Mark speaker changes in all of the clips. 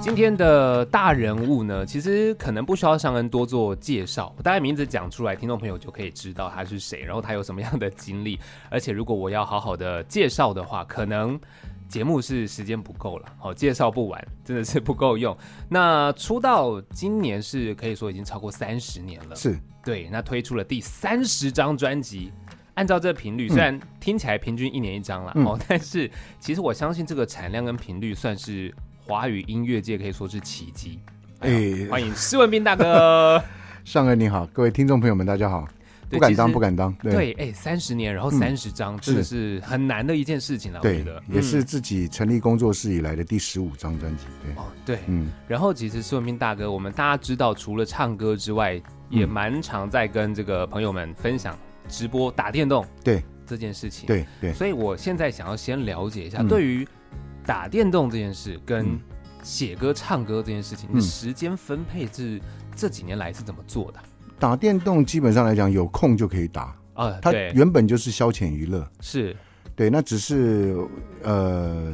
Speaker 1: 今天的大人物呢，其实可能不需要上恩多做介绍，我大概名字讲出来，听众朋友就可以知道他是谁，然后他有什么样的经历。而且如果我要好好的介绍的话，可能节目是时间不够了， 好、介绍不完，真的是不够用。那出道今年是可以说已经超过三十年了，
Speaker 2: 是
Speaker 1: 对，那推出了第三十张专辑。按照这频率，虽然听起来平均一年一张啦，
Speaker 2: 嗯
Speaker 1: 哦，但是其实我相信这个产量跟频率算是华语音乐界可以说是奇迹。哎呀
Speaker 2: 哎
Speaker 1: 欢迎施文斌大哥。
Speaker 2: 尚恩你好，各位听众朋友们大家好，
Speaker 1: 对
Speaker 2: 不敢
Speaker 1: 其
Speaker 2: 当
Speaker 1: 实
Speaker 2: 不敢当，对
Speaker 1: 对，哎，三十年，然后
Speaker 2: 嗯
Speaker 1: 三十张，真的是很难的一件事情了，我觉得
Speaker 2: 也是
Speaker 1: 嗯
Speaker 2: 自己成立工作室以来的第十五张专辑，对，
Speaker 1: 哦，对。
Speaker 2: 嗯，
Speaker 1: 然后其实施文斌大哥，我们大家知道，除了唱歌之外，
Speaker 2: 嗯
Speaker 1: 也蛮常在跟这个朋友们分享直播打电动
Speaker 2: 对
Speaker 1: 这件事情。
Speaker 2: 对对，
Speaker 1: 所以我现在想要先了解一下，
Speaker 2: 嗯
Speaker 1: 对于打电动这件事跟
Speaker 2: 嗯
Speaker 1: 写歌、唱歌这件事情，你的
Speaker 2: 嗯
Speaker 1: 时间分配是这几年来是怎么做的？
Speaker 2: 打电动基本上来讲有空就可以打，
Speaker 1: 啊，
Speaker 2: 它
Speaker 1: 对，
Speaker 2: 原本就是消遣娱乐，
Speaker 1: 是
Speaker 2: 对，那只是呃，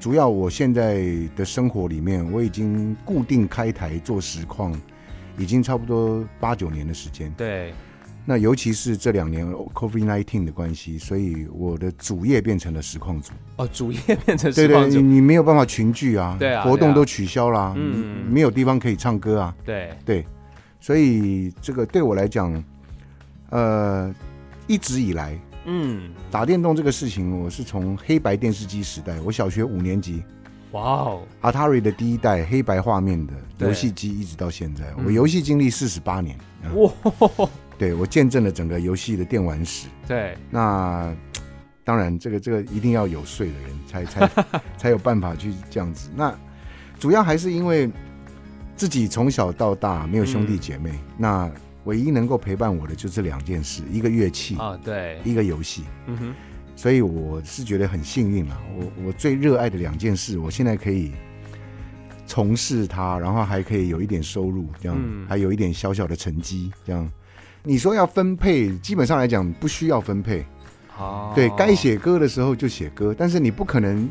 Speaker 2: 主要我现在的生活里面，我已经固定开台做实况，已经差不多八九年的时间。
Speaker 1: 对，
Speaker 2: 那尤其是这两年哦 COVID nineteen 的关系，所以我的主业变成了实况组。
Speaker 1: 哦，主业变成
Speaker 2: 嗯对
Speaker 1: 实
Speaker 2: 对，
Speaker 1: 况
Speaker 2: 你
Speaker 1: 组，
Speaker 2: 你没有办法群聚啊，
Speaker 1: 对啊
Speaker 2: 活
Speaker 1: 对
Speaker 2: 动
Speaker 1: 啊
Speaker 2: 都取消啦，
Speaker 1: 嗯
Speaker 2: 嗯，没有地方可以唱歌啊，
Speaker 1: 对，
Speaker 2: 对，所以这个对我来讲，呃，一直以来
Speaker 1: 嗯，
Speaker 2: 打电动这个事情，我是从黑白电视机时代，我小学五年级
Speaker 1: 哇哦，
Speaker 2: Atari 的第一代黑白画面的
Speaker 1: 对
Speaker 2: 游戏机，一直到现在，
Speaker 1: 嗯
Speaker 2: 我游戏经历四十八年，嗯
Speaker 1: 哇，
Speaker 2: 对我见证了整个游戏的电玩史。
Speaker 1: 对，
Speaker 2: 那嘖当然，这个这个一定要有睡的人 才才才有办法去这样子。那主要还是因为自己从小到大没有兄弟姐妹，
Speaker 1: 嗯
Speaker 2: 那唯一能够陪伴我的就是两件事：一个乐器，
Speaker 1: 啊，对，
Speaker 2: 一个游戏。
Speaker 1: 嗯哼，
Speaker 2: 所以我是觉得很幸运啦。我我最热爱的两件事，我现在可以从事它，然后还可以有一点收入，这样、
Speaker 1: 嗯
Speaker 2: 还有一点小小的成绩，这样。你说要分配，基本上来讲不需要分配。
Speaker 1: 哦，
Speaker 2: 对该写歌的时候就写歌，但是你不可能，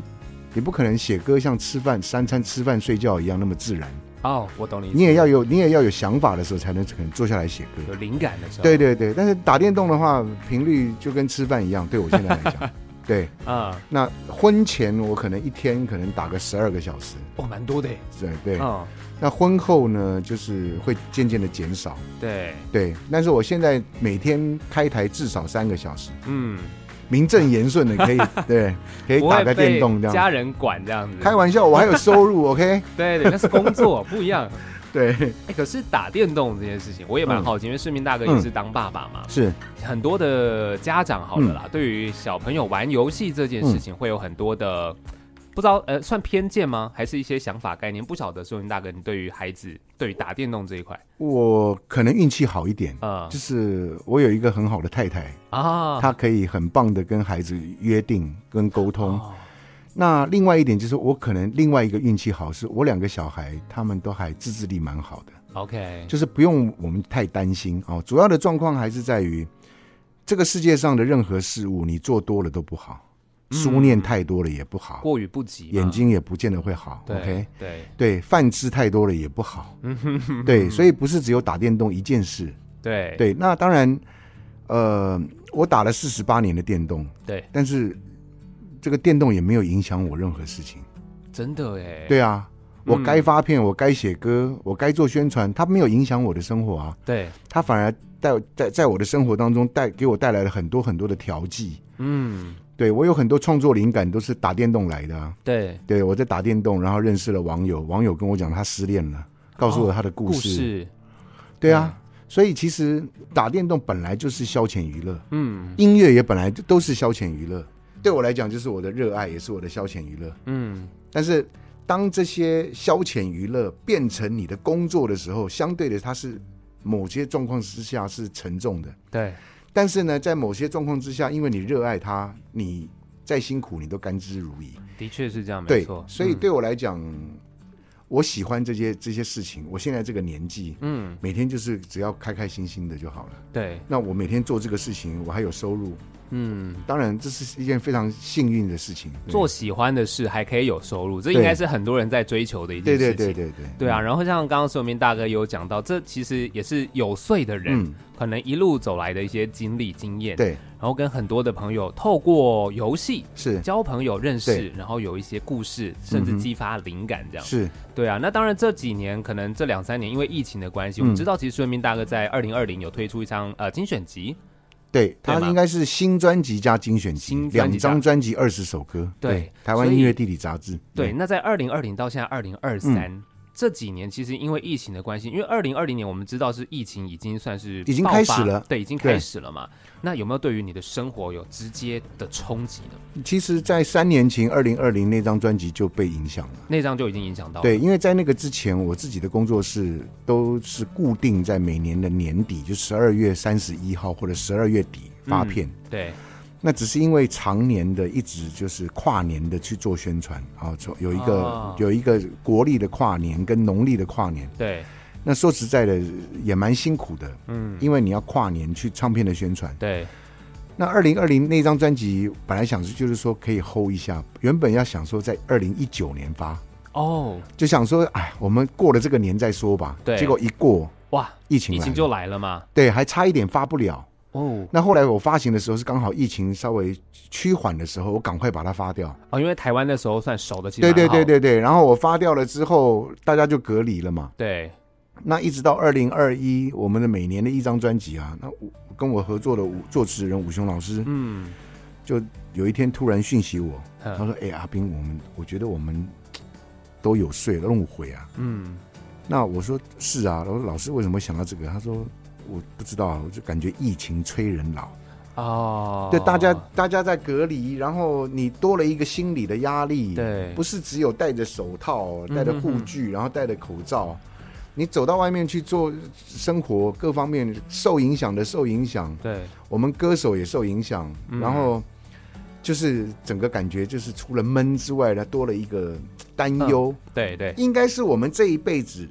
Speaker 2: 你不可能写歌像吃饭三餐吃饭睡觉一样那么自然。
Speaker 1: 哦，我懂你意思，
Speaker 2: 你也要有，你也要有想法的时候才能可能坐下来写歌。
Speaker 1: 有灵感的时候，
Speaker 2: 对，对对，但是打电动的话，频率就跟吃饭一样。对我现在来 讲，对。
Speaker 1: 啊，
Speaker 2: 那婚前我可能一天可能打个十二个小时，
Speaker 1: 哦，蛮多的耶，
Speaker 2: 对对。
Speaker 1: 嗯，
Speaker 2: 那婚后呢，就是会渐渐的减少，
Speaker 1: 对，
Speaker 2: 对。但是我现在每天开台至少三个小时，
Speaker 1: 嗯，
Speaker 2: 名正言顺的可 以，对，可以
Speaker 1: 不
Speaker 2: 打
Speaker 1: 会
Speaker 2: 个电动
Speaker 1: 被
Speaker 2: 这样。
Speaker 1: 家人管这样子，
Speaker 2: 开玩笑，我还有 收入，OK？
Speaker 1: 对对，那是工作 不一样。
Speaker 2: 对，
Speaker 1: 哎、可是打电动这件事情，我也蛮
Speaker 2: 嗯
Speaker 1: 好奇，因为市民大哥也是当爸爸嘛，
Speaker 2: 是
Speaker 1: 很多的家长好了
Speaker 2: 嗯
Speaker 1: 啦，对于小朋友玩游戏这件事情，会有很多的、不知道呃，算偏见吗？还是一些想法概念？不晓得市民大哥，你对于孩子对于打电动这一块，
Speaker 2: 我可能运气好一点，
Speaker 1: 呃
Speaker 2: 就是我有一个很好的太太，
Speaker 1: 啊，
Speaker 2: 她可以很棒的跟孩子约定跟沟通。
Speaker 1: 哦
Speaker 2: 那另外一点就是，我可能另外一个运气好，是我两个小孩他们都还自制力蛮好的，
Speaker 1: ，OK，
Speaker 2: 就是不用我们太担心哦。主要的状况还是在于，这个世界上的任何事物，你做多了都不好，
Speaker 1: 嗯
Speaker 2: 书念太多了也不好，
Speaker 1: 过于不及嘛，
Speaker 2: 眼睛也不见得会好。
Speaker 1: 对
Speaker 2: OK，
Speaker 1: 对
Speaker 2: 对，饭吃太多了也 不好。对，所以不是只有打电动一件事。
Speaker 1: 对
Speaker 2: 对，那当然，呃，我打了四十八年的电动，
Speaker 1: 对，
Speaker 2: 但是这个电动也没有影响我任何事情。
Speaker 1: 真的哎，
Speaker 2: 对啊，我
Speaker 1: 嗯
Speaker 2: 该发片，我该写歌，我该做宣传，它没有影响我的生活啊，
Speaker 1: 对，
Speaker 2: 它反而带在在我的生活当中带给我带来了很多很多的调剂。
Speaker 1: 嗯，
Speaker 2: 对我有很多创作灵感都是打电动来的、啊，
Speaker 1: 对，
Speaker 2: 对我在打电动，然后认识了网友，网友跟我讲他失恋了，告诉我他的故
Speaker 1: 哦故
Speaker 2: 事。
Speaker 1: 事，嗯
Speaker 2: 对啊，所以其实打电动本来就是消遣娱乐，
Speaker 1: 嗯
Speaker 2: 音乐也本来就都是消遣娱乐。对我来讲，就是我的热爱，也是我的消遣娱乐。
Speaker 1: 嗯，
Speaker 2: 但是当这些消遣娱乐变成你的工作的时候，相对的它是某些状况之下是沉重的。
Speaker 1: 对，
Speaker 2: 但是呢，在某些状况之下，因为你热爱它，你再辛苦你都甘之如饴。
Speaker 1: 的确是这样，没
Speaker 2: 对
Speaker 1: 错，，
Speaker 2: 所以
Speaker 1: 嗯
Speaker 2: 对我来讲，我喜欢这些这些事情，我现在这个年纪，
Speaker 1: 嗯，
Speaker 2: 每天就是只要开开心心的就好了。
Speaker 1: 对，
Speaker 2: 那我每天做这个事情，我还有收入，
Speaker 1: 嗯，
Speaker 2: 当然这是一件非常幸运的事情。对
Speaker 1: 做喜欢的事还可以有收入，这应
Speaker 2: 对
Speaker 1: 该是很多人在追求的一件
Speaker 2: 对
Speaker 1: 事情。
Speaker 2: 对对嗯对对
Speaker 1: 对啊，，然后像刚刚孙明大哥有讲到，这其实也是有岁的人、
Speaker 2: 嗯，
Speaker 1: 可能一路走来的一些经历经验，，
Speaker 2: 对，
Speaker 1: 然后跟很多的朋友透过游戏
Speaker 2: 是
Speaker 1: 交朋友认识
Speaker 2: 对，
Speaker 1: 然后有一些故事，甚至
Speaker 2: 嗯哼
Speaker 1: 激发灵感这样。
Speaker 2: 是，
Speaker 1: 对啊，那当然这几年可能这两三年因为疫情的关系，我们
Speaker 2: 嗯
Speaker 1: 知道其实孙明大哥在二零二零有推出一张呃精选集，
Speaker 2: 对，
Speaker 1: 对
Speaker 2: 它
Speaker 1: 吗
Speaker 2: 应该是新专辑加精选集
Speaker 1: 新，专
Speaker 2: 两
Speaker 1: 辑加
Speaker 2: 张专辑二十首歌，
Speaker 1: 对
Speaker 2: 台湾
Speaker 1: 所以
Speaker 2: 音乐地理杂志，
Speaker 1: 对，，那在二零二零到现在二零二
Speaker 2: 嗯
Speaker 1: 三这几年，其实因为疫情的关系，因为二零二零年我们知道是疫情已经算是
Speaker 2: 已经
Speaker 1: 爆发
Speaker 2: 开始了
Speaker 1: 对，已经开始了嘛。那有没有对于你的生活有直接的冲击呢？
Speaker 2: 其实，在三年前二零二零那张专辑就被影响了。
Speaker 1: 那张就已经影响到了
Speaker 2: 对，因为在那个之前，我自己的工作室都是固定在每年的年底，就十二月三十一号或者十二月底发片。
Speaker 1: 对，
Speaker 2: 那只是因为常年的一直就是跨年的去做宣传啊，做有一个、
Speaker 1: 哦
Speaker 2: 有一个国历的跨年跟农历的跨年。
Speaker 1: 对
Speaker 2: 那说实在的，也蛮辛苦的，
Speaker 1: 嗯，
Speaker 2: 因为你要跨年去唱片的宣传。
Speaker 1: 对
Speaker 2: 那二零二零那张专辑本来想是就是说可以 hold 一下，原本要想说在二零一九年发，
Speaker 1: 哦，
Speaker 2: 就想说，哎，我们过了这个年再说吧。
Speaker 1: 对
Speaker 2: 结果一过，
Speaker 1: 哇，
Speaker 2: 疫情
Speaker 1: 疫
Speaker 2: 来
Speaker 1: 情
Speaker 2: 了，
Speaker 1: 就来了嘛，
Speaker 2: 对，还差一点发不了。
Speaker 1: 哦
Speaker 2: 那后来我发行的时候是刚好疫情稍微趋缓的时候，我赶快把它发掉。
Speaker 1: 哦，因为台湾那时候算熟的，其实
Speaker 2: 对对
Speaker 1: 蛮好
Speaker 2: 对对对，然后我发掉了之后，大家就隔离了嘛。
Speaker 1: 对，
Speaker 2: 那一直到二零二一，我们的每年的一张专辑啊，那我跟我合作的武作词人武雄老师，
Speaker 1: 嗯，
Speaker 2: 就有一天突然讯息我，
Speaker 1: 嗯
Speaker 2: 他说：“哎、阿斌，我们我觉得我们嘖都有睡了，误会啊。”
Speaker 1: 嗯，
Speaker 2: 那我说是啊，我说老师为什么会想到这个？他说我不知道啊，我就感觉疫情催人老，
Speaker 1: 哦，
Speaker 2: 对大家大家在隔离，然后你多了一个心理的压力，，
Speaker 1: 对
Speaker 2: 不是只有戴着手套、戴着
Speaker 1: 嗯哼
Speaker 2: 护
Speaker 1: 哼
Speaker 2: 具，然后戴着口罩，你走到外面去做生活各方面受影响的受影响，
Speaker 1: 对
Speaker 2: 我们歌手也受影响，
Speaker 1: 嗯
Speaker 2: 然后就是整个感觉就是除了闷之外呢，多了一个担忧。
Speaker 1: 对对
Speaker 2: 应该是我们这一辈子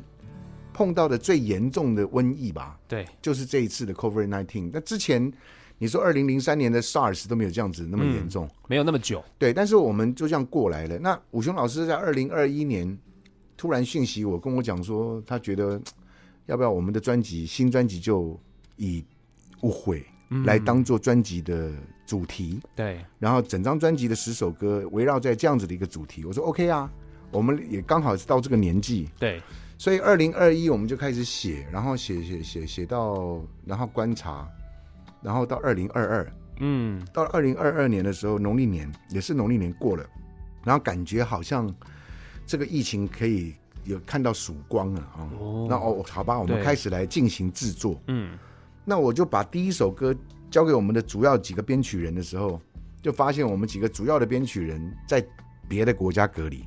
Speaker 2: 碰到的最严重的瘟疫吧，
Speaker 1: 对，
Speaker 2: 就是这一次的 COVID nineteen。那之前你说二零零三年的 SARS 都没有这样子那么严重，
Speaker 1: 没有那么久，
Speaker 2: 对，但是我们就这样过来了。那武雄老师在二零二一年突然讯息我，跟我讲说，他觉得嘖要不要我们的专辑新专辑就以误会
Speaker 1: 嗯
Speaker 2: 来当做专辑的主题。
Speaker 1: 对
Speaker 2: 然后整张专辑的十首歌围绕在这样子的一个主题，我说 OK 啊，我们也刚好是到这个年纪，
Speaker 1: 对，
Speaker 2: 所以二零二一我们就开始写，然后写写写写到，然后观察，然后到二零二二，
Speaker 1: 嗯，
Speaker 2: 到二零二二年的时候，农历年也是农历年过了，然后感觉好像这个疫情可以有看到曙光了啊。
Speaker 1: 哦
Speaker 2: 那哦，好吧，我们
Speaker 1: 对
Speaker 2: 开始来进行制作。
Speaker 1: 嗯，
Speaker 2: 那我就把第一首歌交给我们的主要几个编曲人的时候，就发现我们几个主要的编曲人在别的国家隔离，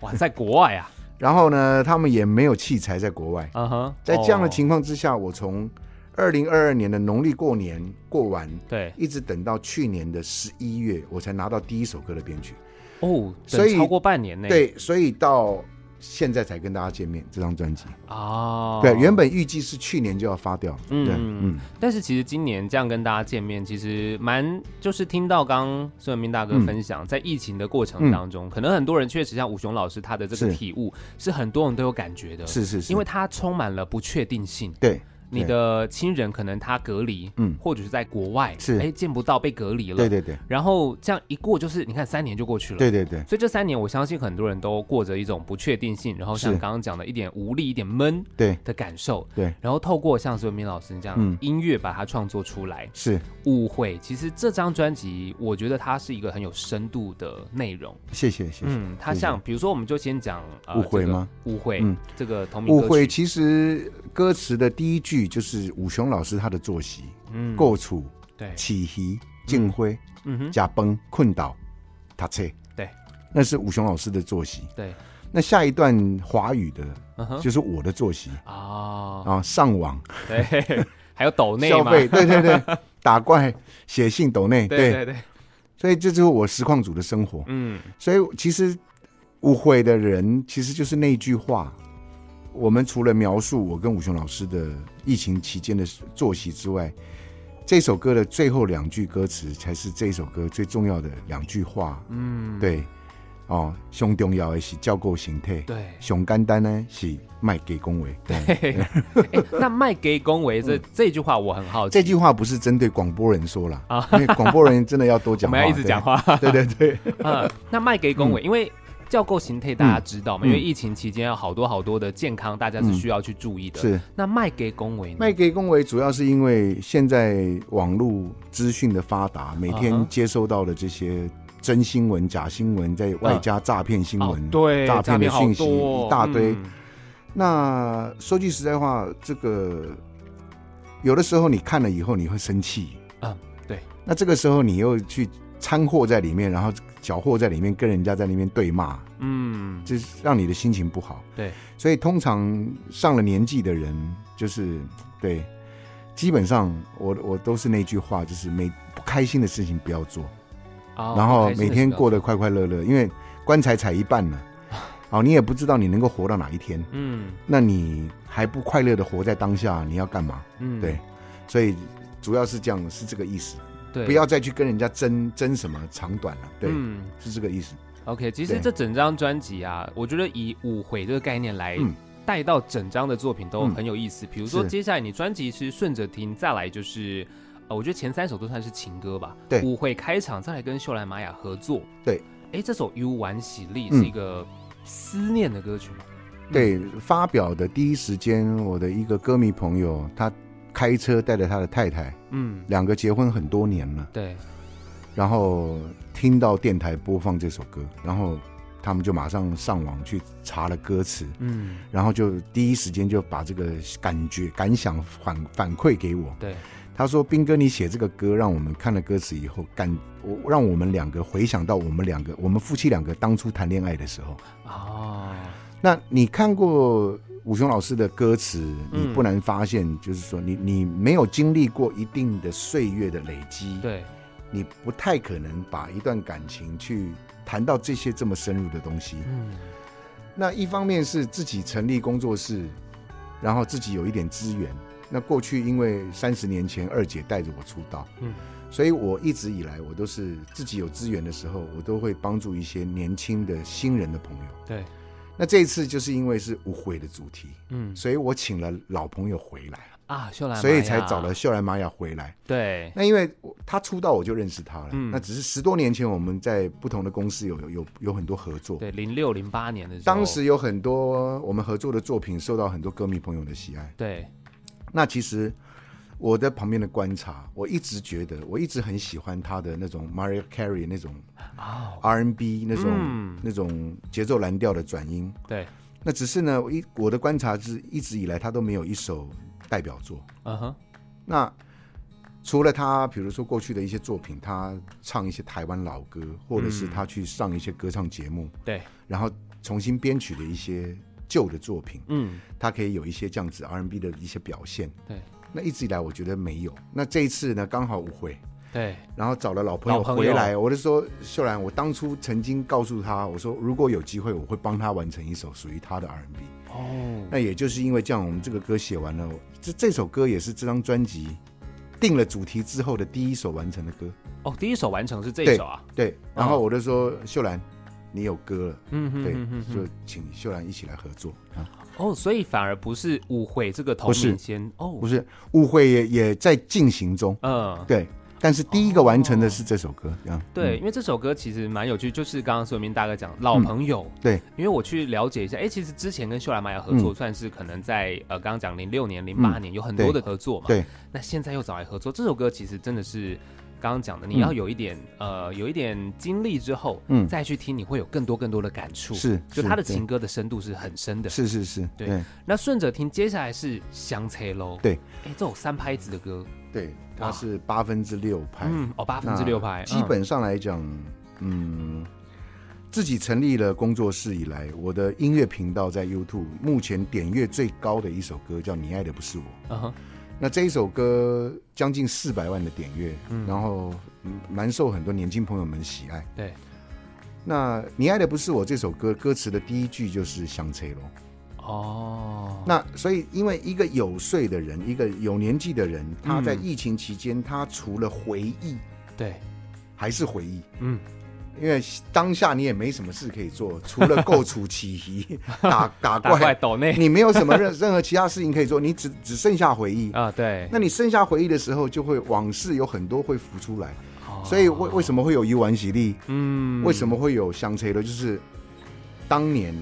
Speaker 1: 哇，在国外啊，
Speaker 2: 然后呢，他们也没有器材在国外。
Speaker 1: 嗯哼，
Speaker 2: 在这样的
Speaker 1: 哦
Speaker 2: 情况之下，我从二零二二年的农历过年过完，
Speaker 1: 对
Speaker 2: 一直等到去年的十一月，我才拿到第一首歌的编曲。
Speaker 1: 哦，等
Speaker 2: 所以
Speaker 1: 超过半年呢，
Speaker 2: 对，所以到现在才跟大家见面这张专辑。
Speaker 1: 啊，
Speaker 2: 对，原本预计是去年就要发掉。
Speaker 1: 嗯
Speaker 2: 对，
Speaker 1: 嗯
Speaker 2: 嗯，
Speaker 1: 但是其实今年这样跟大家见面，其实蛮就是听到刚刚孙文斌大哥
Speaker 2: 嗯
Speaker 1: 分享，在疫情的过程当中，可能很多人确实像武雄老师他的这个
Speaker 2: 是
Speaker 1: 体悟，是很多人都有感觉的，
Speaker 2: 是是是，
Speaker 1: 因为它充满了不确定性。
Speaker 2: 对
Speaker 1: 你的亲人可能他隔离，
Speaker 2: 嗯
Speaker 1: 或者是在国外，
Speaker 2: 是
Speaker 1: 哎见不到被隔离了，
Speaker 2: 对对对
Speaker 1: 然后这样一过就是，你看三年就过去了，
Speaker 2: 对对对，
Speaker 1: 所以这三年，我相信很多人都过着一种不确定性，然后像
Speaker 2: 是
Speaker 1: 刚刚讲的一点无力、一点闷
Speaker 2: 对
Speaker 1: 的感受。
Speaker 2: 对
Speaker 1: 然后透过像是文明老师这样、
Speaker 2: 嗯
Speaker 1: 音乐把它创作出来，
Speaker 2: 是，
Speaker 1: 误会。其实这张专辑，我觉得它是一个很有深度的内容。
Speaker 2: 谢谢谢谢。
Speaker 1: 嗯，它像比如说，我们就先讲、呃、
Speaker 2: 误会吗？
Speaker 1: 这个、误会，
Speaker 2: 嗯
Speaker 1: 这个同名
Speaker 2: 误
Speaker 1: 歌曲
Speaker 2: 会，其实歌词的第一句就是武雄老师他的作息：
Speaker 1: 嗯，
Speaker 2: 过处、
Speaker 1: 对，
Speaker 2: 起鱼、进灰、
Speaker 1: 嗯哼，
Speaker 2: 驾崩、困倒、打车。
Speaker 1: 对，
Speaker 2: 那是武雄老师的作息。
Speaker 1: 对，
Speaker 2: 那下一段华语的
Speaker 1: 嗯哼，
Speaker 2: 就是我的作息
Speaker 1: 啊，
Speaker 2: 啊，上网
Speaker 1: 对， 还有抖内
Speaker 2: 消
Speaker 1: 嘛，
Speaker 2: 费，对 对对，打怪、写信、抖内，
Speaker 1: 对对对，
Speaker 2: 所以这就是我实况组的生活。
Speaker 1: 嗯，
Speaker 2: 所以其实误会的人其实就是那句话。我们除了描述我跟武雄老师的疫情期间的作息之外，这首歌的最后两句歌词才是这首歌最重要的两句话。
Speaker 1: 嗯，
Speaker 2: 对，哦，胸重要的是教构形态，
Speaker 1: 对
Speaker 2: 熊肝单呢是卖给恭 维。
Speaker 1: 嘿嘿哎那卖给恭维
Speaker 2: 嗯
Speaker 1: 这这句话我很好奇，
Speaker 2: 这句话不是针对广播人说啦，因为广播人真的要
Speaker 1: 啊
Speaker 2: 多
Speaker 1: 我
Speaker 2: 讲话，
Speaker 1: 们要一直讲话。
Speaker 2: 对。对对 对，
Speaker 1: 嗯，那卖给公委，因为教购形态大家知道嘛，
Speaker 2: 嗯
Speaker 1: 因为疫情期间有好多好多的健康，大家是需要去注意的。
Speaker 2: 是。
Speaker 1: 那卖给公委呢，
Speaker 2: 卖给公维主要是因为现在网络资讯的发达，每
Speaker 1: 啊哈
Speaker 2: 天接收到的这些真新闻、假新闻，再外加诈骗新
Speaker 1: 哦
Speaker 2: 闻，
Speaker 1: 对
Speaker 2: 诈骗的
Speaker 1: 好
Speaker 2: 讯息
Speaker 1: 多哦
Speaker 2: 一大堆。
Speaker 1: 嗯
Speaker 2: 那说句实在话，这个有的时候你看了以后你会生气，
Speaker 1: 嗯，对。
Speaker 2: 那这个时候你又去掺和在里面，然后搅和在里面，跟人家在那边对骂，
Speaker 1: 嗯，
Speaker 2: 这让你的心情不好。
Speaker 1: 对，
Speaker 2: 所以通常上了年纪的人，就是对，基本上我我都是那句话，就是每不开心的事情不要做，
Speaker 1: 哦
Speaker 2: 然后每天
Speaker 1: 开心的时
Speaker 2: 过，得快快乐乐，因为棺材踩一半了， 哦，你也不知道你能够活到哪一天，
Speaker 1: 候嗯
Speaker 2: 那你还不快乐的活在当下，你要干嘛？
Speaker 1: 嗯，
Speaker 2: 对，所以主要是这样，是这个意思，
Speaker 1: 对，
Speaker 2: 不要再去跟人家争争什么长短了，对，
Speaker 1: 嗯
Speaker 2: 是这个意思。
Speaker 1: OK，其实
Speaker 2: 对
Speaker 1: 这整张专辑啊，我觉得以误会这个概念来
Speaker 2: 嗯
Speaker 1: 带到整张的作品都
Speaker 2: 嗯
Speaker 1: 很有意思。比如说
Speaker 2: 是
Speaker 1: 接下来你专辑是顺着听，再来就是。呃，我觉得前三首都算是情歌吧。
Speaker 2: 对
Speaker 1: 误会开场，再来跟秀兰玛雅合作。
Speaker 2: 对，
Speaker 1: 哎，这首《U 玩喜力》
Speaker 2: 嗯
Speaker 1: 是一个思念的歌曲吗？嗯
Speaker 2: 对，发表的第一时间，我的一个歌迷朋友，他开车带着他的太太，
Speaker 1: 嗯，
Speaker 2: 两个结婚很多年了，
Speaker 1: 对，
Speaker 2: 然后听到电台播放这首歌，然后他们就马上上网去查了歌词，
Speaker 1: 嗯，
Speaker 2: 然后就第一时间就把这个感觉感想反反馈给我。
Speaker 1: 对，
Speaker 2: 他说：“斌哥，你写这个歌，让我们看了歌词以后，感我让我们两个回想到我们两个我们夫妻两个当初谈恋爱的时候。”
Speaker 1: 哦，
Speaker 2: 那你看过武雄老师的歌词，
Speaker 1: 嗯
Speaker 2: 你不难发现，就是说你你没有经历过一定的岁月的累积，
Speaker 1: 对，
Speaker 2: 你不太可能把一段感情去谈到这些这么深入的东西。
Speaker 1: 嗯，
Speaker 2: 那一方面是自己成立工作室，然后自己有一点资源。那过去因为三十年前二姐带着我出道，
Speaker 1: 嗯，
Speaker 2: 所以我一直以来我都是自己有资源的时候，我都会帮助一些年轻的新人的朋友。
Speaker 1: 对，
Speaker 2: 那这一次就是因为是无悔的主题，
Speaker 1: 嗯
Speaker 2: 所以我请了老朋友回来，
Speaker 1: 啊，秀兰玛雅，
Speaker 2: 所以才找了秀兰玛雅回来。
Speaker 1: 对，
Speaker 2: 那因为我他出道我就认识他了，
Speaker 1: 哎嗯
Speaker 2: 那只是十多年前我们在不同的公司有有有有很多合作，
Speaker 1: 对，零六零八年的时候，
Speaker 2: 当时有很多我们合作的作品受到很多歌迷朋友的喜爱。
Speaker 1: 对，
Speaker 2: 那其实我在旁边的观察，我一直觉得我一直很喜欢他的那种 Mariah Carey 那种
Speaker 1: 哦，
Speaker 2: R&B 那种、
Speaker 1: 嗯
Speaker 2: 那种节奏蓝调的转音，
Speaker 1: 对，
Speaker 2: 那只是呢，我一我的观察是，一直以来他都没有一首代表作。
Speaker 1: 嗯哼，
Speaker 2: 那除了他，比如说过去的一些作品，他唱一些台湾老歌，或者
Speaker 1: 嗯
Speaker 2: 是他去上一些歌唱节目，
Speaker 1: 对，
Speaker 2: 然后重新编曲的一些旧的作品，
Speaker 1: 嗯，
Speaker 2: 他可以有一些这样子 R&B 的一些表现。
Speaker 1: 对，
Speaker 2: 那一直以来我觉得没有。那这一次呢，刚好误会。
Speaker 1: 对，
Speaker 2: 然后找了老朋友
Speaker 1: 老朋友
Speaker 2: 回来，我就说秀兰，我当初曾经告诉他，我说如果有机会，我会帮他完成一首属于他的 R&B。
Speaker 1: 哦，
Speaker 2: 那也就是因为这样，我们这个歌写完了，这这首歌也是这张专辑定了主题之后的第一首完成的歌。
Speaker 1: 哦，第一首完成是这一首啊，
Speaker 2: 对，然后我就说、秀兰，你有歌了，
Speaker 1: 嗯哼
Speaker 2: 对，
Speaker 1: 嗯哼嗯哼
Speaker 2: 就请秀兰一起来合作。啊、
Speaker 1: 哦，所以反而不是误会这个同
Speaker 2: 不是
Speaker 1: 名先哦
Speaker 2: 不，是误会也也在进行中，
Speaker 1: 嗯，
Speaker 2: 对，但是第一个完成的是这首歌，这样
Speaker 1: 哦对，
Speaker 2: 嗯
Speaker 1: 因为这首歌其实蛮有趣，就是刚刚孙明大哥讲老朋友，
Speaker 2: 对，嗯
Speaker 1: 因为我去了解一下，哎，其实之前跟秀兰玛雅合作，算是可能在呃刚刚讲零六年、零八年有很多的合作嘛，
Speaker 2: 嗯对，
Speaker 1: 那现在又找来合作，这首歌其实真的是。刚刚讲的，你
Speaker 2: 嗯
Speaker 1: 要有一点、呃，有一点经历之后，
Speaker 2: 嗯
Speaker 1: 再去听，你会有更多更多的感触。
Speaker 2: 是
Speaker 1: 就是他的
Speaker 2: 对
Speaker 1: 情歌的深度是很深的。
Speaker 2: 是是是，
Speaker 1: 对那顺着听，接下来是香菜喽。
Speaker 2: 对，
Speaker 1: 哎，这种三拍子的歌，
Speaker 2: 对，它
Speaker 1: 哇
Speaker 2: 是八分之六拍，
Speaker 1: 嗯，哦，八分
Speaker 2: 那
Speaker 1: 之六拍，
Speaker 2: 基本上来讲，嗯，自己成立了工作室以来，我的音乐频道在 YouTube 目前点阅最高的一首歌叫《你爱的不是我》。
Speaker 1: 嗯，嗯哼，
Speaker 2: 那这一首歌将近四百万的点阅，然后嗯蛮受很多年轻朋友们喜爱。
Speaker 1: 对，
Speaker 2: 那你爱的不是我这首歌歌词的第一句就是想谁咯。
Speaker 1: 哦，
Speaker 2: 那所以，因为一个有岁的人，一个有年纪的人，他在疫情期间，他除了回忆
Speaker 1: 对，
Speaker 2: 还是回忆，
Speaker 1: 嗯，
Speaker 2: 因为当下你也没什么事可以做，除了构筑起 疑、打打
Speaker 1: 打怪
Speaker 2: 怪，
Speaker 1: 斗内
Speaker 2: 你没有什么任任何其他事情可以做，你只只剩下回忆。
Speaker 1: 啊，对，
Speaker 2: 那你剩下回忆的时候，就会往事有很多会浮出来，
Speaker 1: 哦
Speaker 2: 所以为为什么会有一完喜力？
Speaker 1: 嗯，
Speaker 2: 为什么会有相吹的？就是当年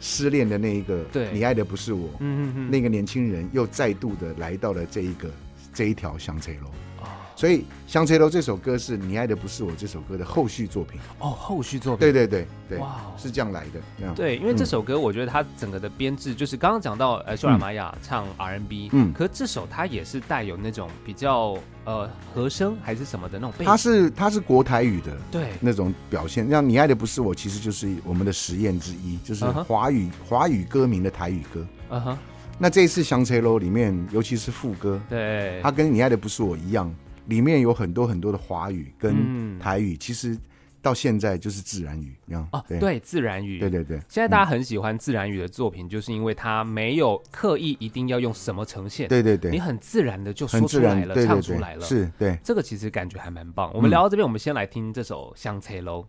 Speaker 2: 失恋的那一个，
Speaker 1: 对
Speaker 2: 你爱的不是我，
Speaker 1: 嗯？嗯嗯
Speaker 2: 那个年轻人又再度的来到了这一个这一条香车楼。
Speaker 1: 哦
Speaker 2: 所以《香车楼》这首歌是《你爱的不是我》这首歌的后续作品，
Speaker 1: 哦，后续作品
Speaker 2: 对对对对
Speaker 1: 哇哦，
Speaker 2: 是这样来的。这样，
Speaker 1: 对，因为这首歌我觉得它整个的编制就是刚刚讲到呃，秀拉
Speaker 2: 嗯
Speaker 1: 玛雅唱 R&B，
Speaker 2: 嗯
Speaker 1: 可是这首它也是带有那种比较呃和声还是什么的那种背
Speaker 2: 它
Speaker 1: 景，
Speaker 2: 是它是国台语的
Speaker 1: 对，
Speaker 2: 那种表现，像《你爱的不是我》其实就是我们的实验之一，就是
Speaker 1: 嗯哼
Speaker 2: 华语华语歌名的台语歌。
Speaker 1: 嗯哼，
Speaker 2: 那这一次《香车楼》里面，尤其是副歌，
Speaker 1: 对，
Speaker 2: 它跟《你爱的不是我》一样，里面有很多很多的华语
Speaker 1: 嗯
Speaker 2: 跟台语，其实到现在就是自然语，这样
Speaker 1: 哦，对，自然语，
Speaker 2: 对对对，
Speaker 1: 现在大家很喜欢自然语的作品，就是因为它没有刻意一定要用什么呈现，
Speaker 2: 对对
Speaker 1: 你
Speaker 2: 对，
Speaker 1: 很自然的就
Speaker 2: 很
Speaker 1: 说
Speaker 2: 自
Speaker 1: 出来
Speaker 2: 然，
Speaker 1: 了，
Speaker 2: 对对
Speaker 1: 唱出来
Speaker 2: 对，
Speaker 1: 了。
Speaker 2: 是，嗯对。
Speaker 1: 这个其实感觉还蛮棒。我们聊到这边，我们先来听这首《香菜楼》。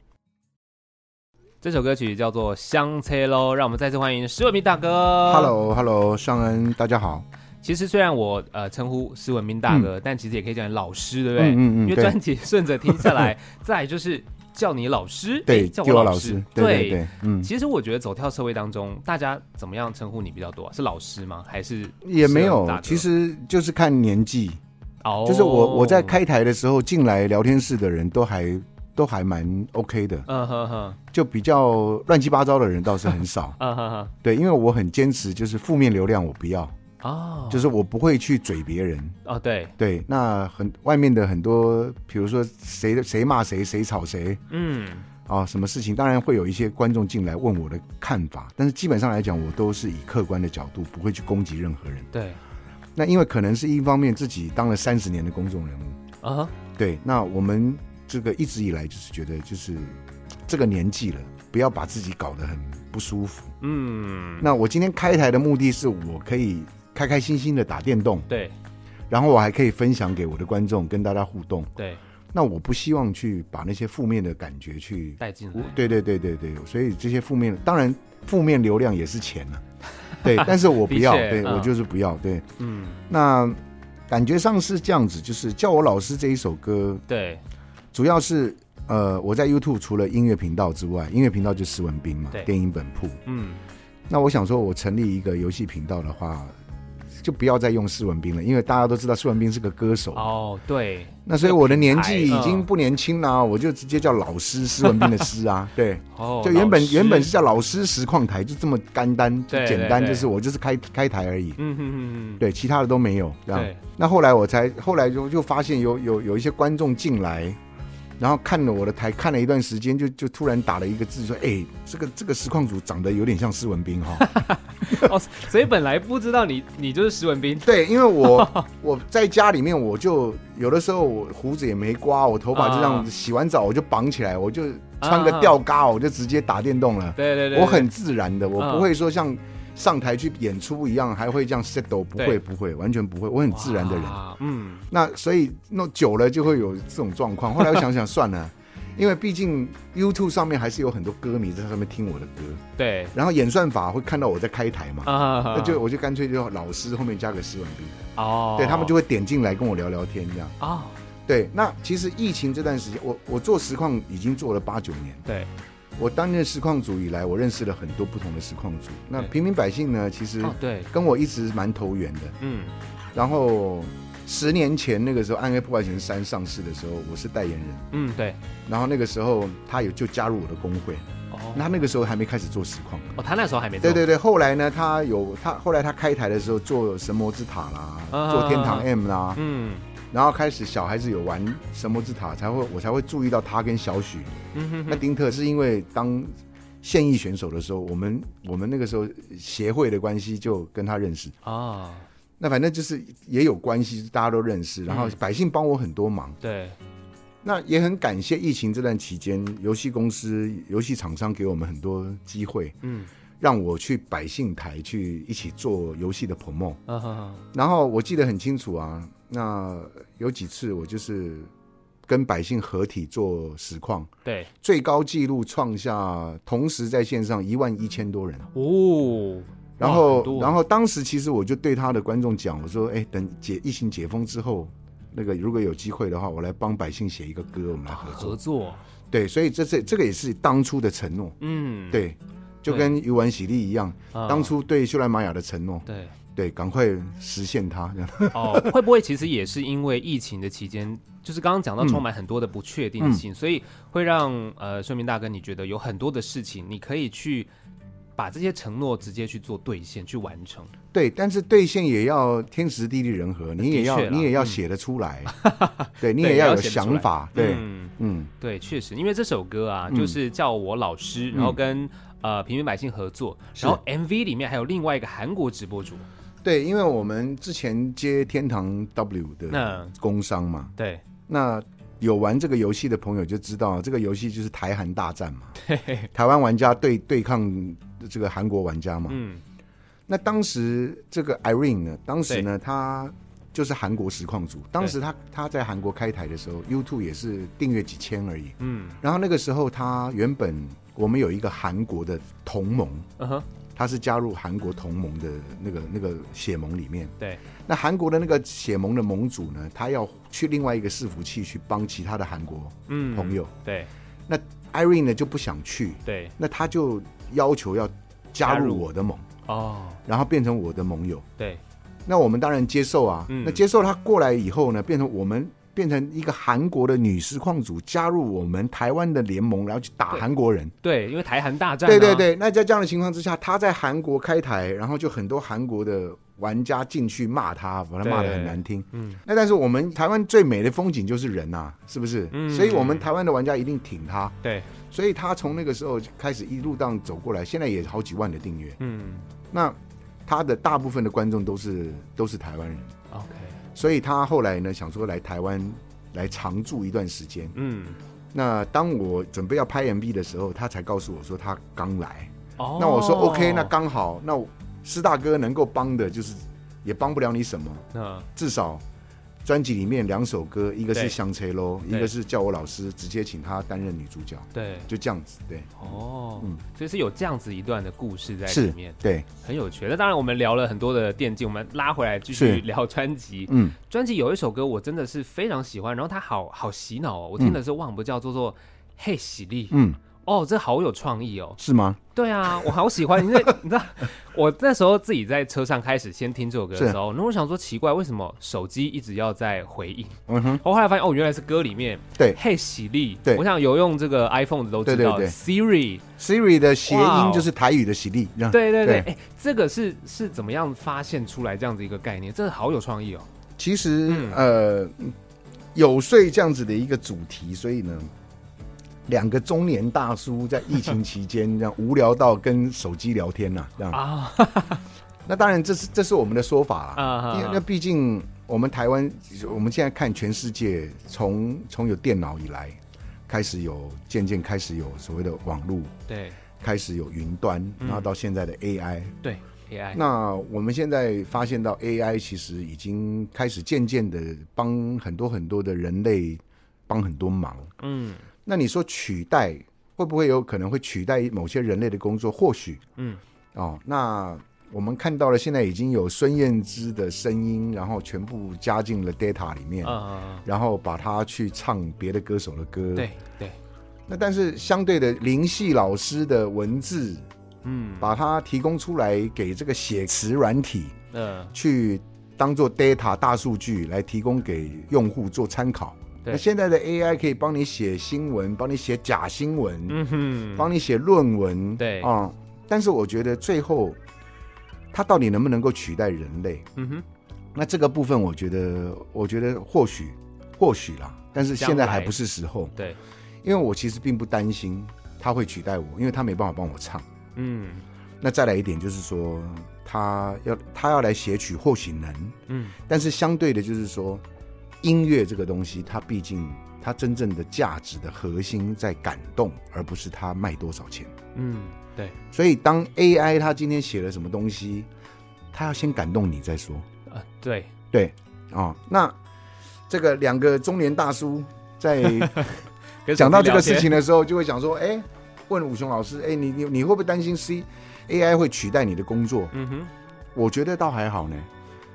Speaker 1: 这首歌曲叫做《香菜楼》，让我们再次欢迎施文斌大哥。
Speaker 2: Hello，Hello，尚恩，大家好。
Speaker 1: 其实虽然我呃称呼施文斌大哥，但其实也可以叫你老师，对不对？
Speaker 2: 嗯嗯嗯嗯
Speaker 1: 因为
Speaker 2: 对
Speaker 1: 专辑顺着听下来， 再来就是叫你老师，诶
Speaker 2: 对，
Speaker 1: 叫
Speaker 2: 丢
Speaker 1: 我
Speaker 2: 老
Speaker 1: 师
Speaker 2: 师，，对对对，嗯，
Speaker 1: 其实我觉得走跳社会当中，大家怎么样称呼你比较多啊、是老师吗？还是
Speaker 2: 也没
Speaker 1: 是大
Speaker 2: 有
Speaker 1: 哥，
Speaker 2: 其实就是看年纪，
Speaker 1: 哦，
Speaker 2: 就是我我在，开台的时候进来聊天室的人都还都还蛮 OK 的，
Speaker 1: 嗯哼哼，。
Speaker 2: 就比较乱七八糟的人倒是很少
Speaker 1: 嗯哼哼，
Speaker 2: 对，因为我很坚持，就是负面流量我不要，
Speaker 1: 哦，
Speaker 2: 就是是我不会去嘴别人。
Speaker 1: 哦，对，
Speaker 2: 对，那很外面的很多，比如说谁谁骂谁，谁吵谁
Speaker 1: 嗯，
Speaker 2: 啊，什么事情，当然会有一些观众进来问我的看法，但是基本上来讲，我都是以客观的角度，不会去攻击任何人。
Speaker 1: 对，
Speaker 2: 那因为可能是一方面自己当了三十年的公众人物，
Speaker 1: 啊哈，
Speaker 2: 对，那我们这个一直以来就是觉得就是这个年纪了，不要把自己搞得很不舒服。
Speaker 1: 嗯，
Speaker 2: 那我今天开台的目的是我可以开开心心的打电动，
Speaker 1: 对
Speaker 2: 然后我还可以分享给我的观众，跟大家互动。
Speaker 1: 对，
Speaker 2: 那我不希望去把那些负面的感觉去，
Speaker 1: 带进来，
Speaker 2: 对对对对对，所以这些负面当然负面流量也是钱 啊，对，但是我不要，
Speaker 1: 的确
Speaker 2: 对
Speaker 1: 嗯
Speaker 2: 我就是不要，对。
Speaker 1: 嗯，
Speaker 2: 那感觉上是这样子，就是叫我老师这一首歌，
Speaker 1: 对
Speaker 2: 主要是呃，我在 YouTube 除了音乐频道之外，音乐频道就施文斌嘛
Speaker 1: 对，
Speaker 2: 电影本铺。
Speaker 1: 嗯，
Speaker 2: 那我想说，我成立一个游戏频道的话，就不要再用施文斌了，因为大家都知道施文斌是个歌手。
Speaker 1: 哦，对，
Speaker 2: 那所以我的年纪已经
Speaker 1: 嗯
Speaker 2: 不年轻啦、我就直接叫老师施文斌的师啊，对，
Speaker 1: 哦，
Speaker 2: 就原
Speaker 1: 老
Speaker 2: 本
Speaker 1: 师
Speaker 2: 原本是，叫老师实况台，就这么干单，就
Speaker 1: 对
Speaker 2: 简单，
Speaker 1: 对对
Speaker 2: 就是我就是开开台而已，
Speaker 1: 嗯哼哼哼，
Speaker 2: 对，其他的都没有这样。
Speaker 1: 对，
Speaker 2: 那后来我才后来就就发现有有有一些观众进来，然后看了我的台，看了一段时间，就就突然打了一个字说：“哎、这个这个实况组长得有点像施文 斌哈。
Speaker 1: 哦，所以本来不知道你你就是施文斌”，
Speaker 2: 对，因为我 我在家里面，我就有的时候我胡子也没刮，我头发就这
Speaker 1: 啊
Speaker 2: 样子，洗完澡我就绑起来，我就穿个吊嘎，我就直接打电动了。
Speaker 1: 对对对，
Speaker 2: 我
Speaker 1: 对
Speaker 2: 很自然的，我
Speaker 1: 嗯
Speaker 2: 不会说像上台去演出一样，还会这样 set 抖，不
Speaker 1: 对
Speaker 2: 会不会，完全不会，我很自然的人。，
Speaker 1: 哇嗯，
Speaker 2: 那所以弄久了就会有这种状况。后来我想想算了， 因为毕竟 YouTube 上面还是有很多歌迷在上面听我的歌，
Speaker 1: 对，
Speaker 2: 然后演算法会看到我在开台嘛，
Speaker 1: 啊
Speaker 2: 那就我就干脆就老师后面加个施文斌，
Speaker 1: 哦，
Speaker 2: 对他们就会点进来跟我聊聊天这样。
Speaker 1: 哦，
Speaker 2: 对，那其实疫情这段时间，我我做实况已经做了八九年，
Speaker 1: 对，
Speaker 2: 我担任实况组以来，我认识了很多不同的实况组。那
Speaker 1: 对
Speaker 2: 平民百姓呢，其实
Speaker 1: 哦对，
Speaker 2: 跟我一直蛮投缘的。
Speaker 1: 嗯，
Speaker 2: 然后十年前那个时候《暗黑破坏神三》上市的时候，我是代言人。
Speaker 1: 嗯，对，
Speaker 2: 然后那个时候他有就加入我的工会，
Speaker 1: 哦，
Speaker 2: 那他那个时候还没开始做实况。
Speaker 1: 哦，他那时候还没做
Speaker 2: 对对对，后来呢，他有他后来他开台的时候做神魔之塔啦，
Speaker 1: 啊
Speaker 2: 做天堂 M 啦，
Speaker 1: 嗯
Speaker 2: 然后开始小孩子有玩神魔之塔，才会我才会注意到他跟小许。
Speaker 1: 嗯哼
Speaker 2: 那
Speaker 1: 哼，
Speaker 2: 丁特是因为当现役选手的时候，我们我们那个时候协会的关系就跟他认识。
Speaker 1: 哦，
Speaker 2: 那反正就是也有关系，大家都认识，然后
Speaker 1: 嗯
Speaker 2: 百姓帮我很多忙。
Speaker 1: 对，
Speaker 2: 那也很感谢疫情这段期间，游戏公司、游戏厂商给我们很多机会，
Speaker 1: 嗯，
Speaker 2: 让我去百姓台去一起做游戏的 promo。
Speaker 1: 啊哈哈，
Speaker 2: 然后我记得很清楚啊，那有几次我就是跟百姓合体做实况，
Speaker 1: 对，
Speaker 2: 最高纪录创下同时在线上一万一千多人。
Speaker 1: 哦，
Speaker 2: 然
Speaker 1: 哇很多
Speaker 2: 后，
Speaker 1: 哦
Speaker 2: 然后当时其实我就对他的观众讲，我说：“哎，等解疫情解封之后，那个如果有机会的话，我来帮百姓写一个歌，我们来合作。
Speaker 1: 啊合作，
Speaker 2: 对，所以这这这个也是当初的承诺，
Speaker 1: 嗯，
Speaker 2: 对，就
Speaker 1: 对
Speaker 2: 跟尤完喜利一样，
Speaker 1: 啊，
Speaker 2: 当初对秀兰玛雅的承诺，
Speaker 1: 对，
Speaker 2: 对，赶快实现它。这样
Speaker 1: 哦，会不会其实也是因为疫情的期间，就是刚刚讲到充满很多的不确定性，
Speaker 2: 嗯
Speaker 1: 所以会让呃秀明大哥你觉得有很多的事情你可以去把这些承诺直接去做兑现、去完成。
Speaker 2: 对，但是兑现也要天时地利人和，你也要
Speaker 1: 的确啦
Speaker 2: 你也要
Speaker 1: 嗯
Speaker 2: 写得 出来，对你
Speaker 1: 对
Speaker 2: 也
Speaker 1: 也要
Speaker 2: 有
Speaker 1: 写得出
Speaker 2: 想
Speaker 1: 来
Speaker 2: 法，对，
Speaker 1: 嗯，
Speaker 2: 嗯，
Speaker 1: 对，确实，因为这首歌啊，
Speaker 2: 嗯
Speaker 1: 就是叫我老师，然后跟呃平民百姓合作，
Speaker 2: 是
Speaker 1: 然后 MV 里面还有另外一个韩国直播主，
Speaker 2: 对，因为我们之前接天堂 W 的
Speaker 1: 那
Speaker 2: 工商嘛，
Speaker 1: 对
Speaker 2: 那有玩这个游戏的朋友就知道，这个游戏就是台韩 大战嘛，台湾玩家对对抗这个韩国玩家嘛，
Speaker 1: 嗯
Speaker 2: 那当时这个 Irene 呢，当时呢，她就是韩国实况组。当时她她在韩国开台的时候，YouTube 也是订阅几千而已。
Speaker 1: 嗯
Speaker 2: 然后那个时候，她原本我们有一个韩国的同盟，
Speaker 1: 嗯哼，
Speaker 2: 她是加入韩国同盟的那个那个血盟里面。
Speaker 1: 对，
Speaker 2: 那韩国的那个血盟的盟主呢，他要去另外一个伺服器去帮其他的韩国
Speaker 1: 嗯
Speaker 2: 朋友。
Speaker 1: 对
Speaker 2: Irene 呢就不想去，
Speaker 1: 对
Speaker 2: 那她就要求要加
Speaker 1: 加入
Speaker 2: 入我的盟，
Speaker 1: 哦
Speaker 2: 然后变成我的盟友。
Speaker 1: 对
Speaker 2: 那我们当然接受啊。
Speaker 1: 嗯
Speaker 2: 那接受他过来以后呢，变成我们变成一个韩国的女实况组加入我们台湾的联盟，然后去打
Speaker 1: 对
Speaker 2: 韩国人。
Speaker 1: 对，因为台韩大战、啊，
Speaker 2: 对对对。那在这样的情况之下，他在韩国开台，然后就很多韩国的玩家进去骂他，把他骂得
Speaker 1: 对
Speaker 2: 很难听。
Speaker 1: 嗯
Speaker 2: 那但是我们台湾最美的风景就是人呐、啊是不是？
Speaker 1: 嗯
Speaker 2: 所以我们台湾的玩家一定挺他，
Speaker 1: 对
Speaker 2: 所以他从那个时候开始一路荡走过来，现在也好几万的订阅。
Speaker 1: 嗯
Speaker 2: 那他的大部分的观众都是都是台湾人。
Speaker 1: OK
Speaker 2: 所以他后来呢，想说来台湾来常住一段时间。
Speaker 1: 嗯
Speaker 2: 那当我准备要拍 MV 的时候，他才告诉我说他刚来。
Speaker 1: 哦，
Speaker 2: 那我说 OK，那刚好，那我师大哥能够帮的，就是也帮不了你什么，
Speaker 1: 那
Speaker 2: 至少专辑里面两首歌，一个是
Speaker 1: 对
Speaker 2: 《香车喽》，
Speaker 1: 对
Speaker 2: 一个是叫我老师，直接请他担任女主角，
Speaker 1: 对
Speaker 2: 就这样子。对，
Speaker 1: 哦，
Speaker 2: 嗯
Speaker 1: 所以是有这样子一段的故事在
Speaker 2: 是
Speaker 1: 里面，
Speaker 2: 对，
Speaker 1: 很有趣。那当然我们聊了很多的电竞，我们拉回来继续
Speaker 2: 是
Speaker 1: 聊专辑。
Speaker 2: 嗯，
Speaker 1: 专辑有一首歌我真的是非常喜欢，然后它好好洗脑哦，我听的时候忘不掉，叫做《嘿喜力》。
Speaker 2: 嗯，
Speaker 1: 哦，这好有创意哦！
Speaker 2: 是吗？
Speaker 1: 对啊， 我好喜欢，因为你知道，我那时候自己在车上开始先听这首歌的时候，那我想说奇怪，为什么手机一直要在回应？
Speaker 2: 嗯哼，
Speaker 1: 我后来发现哦，原来是歌里面
Speaker 2: 对
Speaker 1: 嘿喜力，
Speaker 2: 对
Speaker 1: 我想有用这个 iPhone 的都知道
Speaker 2: 对对对
Speaker 1: Siri，
Speaker 2: ，Siri 的谐
Speaker 1: 哇哦
Speaker 2: 音就是台语的喜力，这样
Speaker 1: 对对对，
Speaker 2: 对
Speaker 1: 哎，这个是是怎么样发现出来这样子一个概念？真的好有创意哦。
Speaker 2: 其实、
Speaker 1: 嗯
Speaker 2: 呃，有睡这样子的一个主题，所以呢，两个中年大叔在疫情期间 这样无聊到跟手机聊天呐、这样。
Speaker 1: 啊
Speaker 2: 那当然，这是这是我们的说法啦，
Speaker 1: 啊
Speaker 2: 因为那毕竟我们台湾，我们现在看全世界从从有电脑以来，开始有渐渐开始有所谓的网络，
Speaker 1: 对
Speaker 2: 开始有云端，
Speaker 1: 嗯
Speaker 2: 然后到现在的 AI，、
Speaker 1: 对 AI，
Speaker 2: 那我们现在发现到 AI 其实已经开始渐渐的帮很多很多的人类帮很多忙。
Speaker 1: 嗯
Speaker 2: 那你说取代会不会有可能会取代某些人类的工作？或许
Speaker 1: 嗯
Speaker 2: 哦，那我们看到了现在已经有孙燕姿的声音，然后全部加进了 data 里面，
Speaker 1: 啊，
Speaker 2: 然后把它去唱别的歌手的歌。，
Speaker 1: 嗯对对，
Speaker 2: 那但是相对的林夕老师的文字，
Speaker 1: 嗯
Speaker 2: 把它提供出来给这个写词软体。
Speaker 1: 呃
Speaker 2: 去当做 data 大数据来提供给用户做参考。
Speaker 1: 对
Speaker 2: 那现在的 AI 可以帮你写新闻，帮你写假新闻，
Speaker 1: 嗯哼，
Speaker 2: 帮你写论文，
Speaker 1: 对
Speaker 2: 啊、但是我觉得最后它到底能不能够取代人类？
Speaker 1: 嗯哼，
Speaker 2: 那这个部分，我觉得，我觉得或许或许啦，但是现在还不是时候，
Speaker 1: 对，
Speaker 2: 因为我其实并不担心它会取代我，因为它没办法帮我唱。
Speaker 1: 嗯
Speaker 2: 那再来一点就是说，它要它要来写曲，或许能，
Speaker 1: 嗯
Speaker 2: 但是相对的，就是说，音乐这个东西，它毕竟它真正的价值的核心在感动，而不是它卖多少钱。
Speaker 1: 嗯，对，
Speaker 2: 所以当 AI 它今天写了什么东西，它要先感动你再说。
Speaker 1: 啊，对，
Speaker 2: 对啊、那这个两个中年大叔在
Speaker 1: 跟
Speaker 2: 讲到这
Speaker 1: 手
Speaker 2: 个
Speaker 1: 机
Speaker 2: 事
Speaker 1: 聊天，
Speaker 2: 情的时候，就会想说，哎，问武雄老师，哎，你你你会不会担心 C AI 会取代你的工作？
Speaker 1: 嗯哼，
Speaker 2: 我觉得倒还好呢。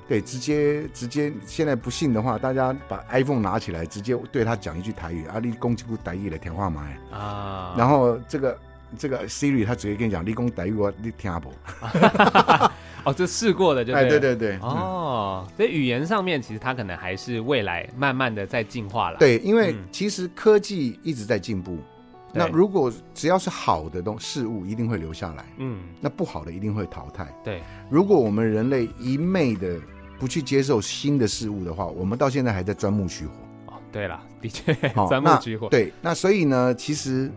Speaker 2: 对，直接直接，现在不信的话，大家把 iPhone 拿起来，直接对他讲一句台语，啊，你攻击过台语来听话嘛。
Speaker 1: 啊，
Speaker 2: 然后这个这个 Siri 他直接跟你讲，你讲台语我你听不？
Speaker 1: 哦，这试过了就
Speaker 2: 哎，
Speaker 1: 了
Speaker 2: 对对对，嗯
Speaker 1: 哦，所以语言上面其实它可能还是未来慢慢的在进化了。，
Speaker 2: 对，因为
Speaker 1: 嗯
Speaker 2: 其实科技一直在进步，
Speaker 1: 对
Speaker 2: 那如果只要是好的东事物，一定会留下来。
Speaker 1: 嗯，
Speaker 2: 那不好的一定会淘汰。
Speaker 1: 对，
Speaker 2: 如果我们人类一昧的不去接受新的事物的话，我们到现在还在钻木取火。
Speaker 1: 哦，对了，的确，
Speaker 2: 好
Speaker 1: 钻木
Speaker 2: 那
Speaker 1: 取火。
Speaker 2: 对，那所以呢，其实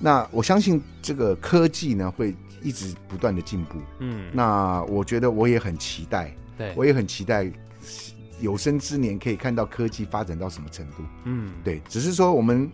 Speaker 2: 那我相信这个科技呢会一直不断的进步。
Speaker 1: 嗯，
Speaker 2: 那我觉得我也很期待，
Speaker 1: 对，
Speaker 2: 我也很期待有生之年可以看到科技发展到什么程度。
Speaker 1: 嗯，
Speaker 2: 对，只是说我们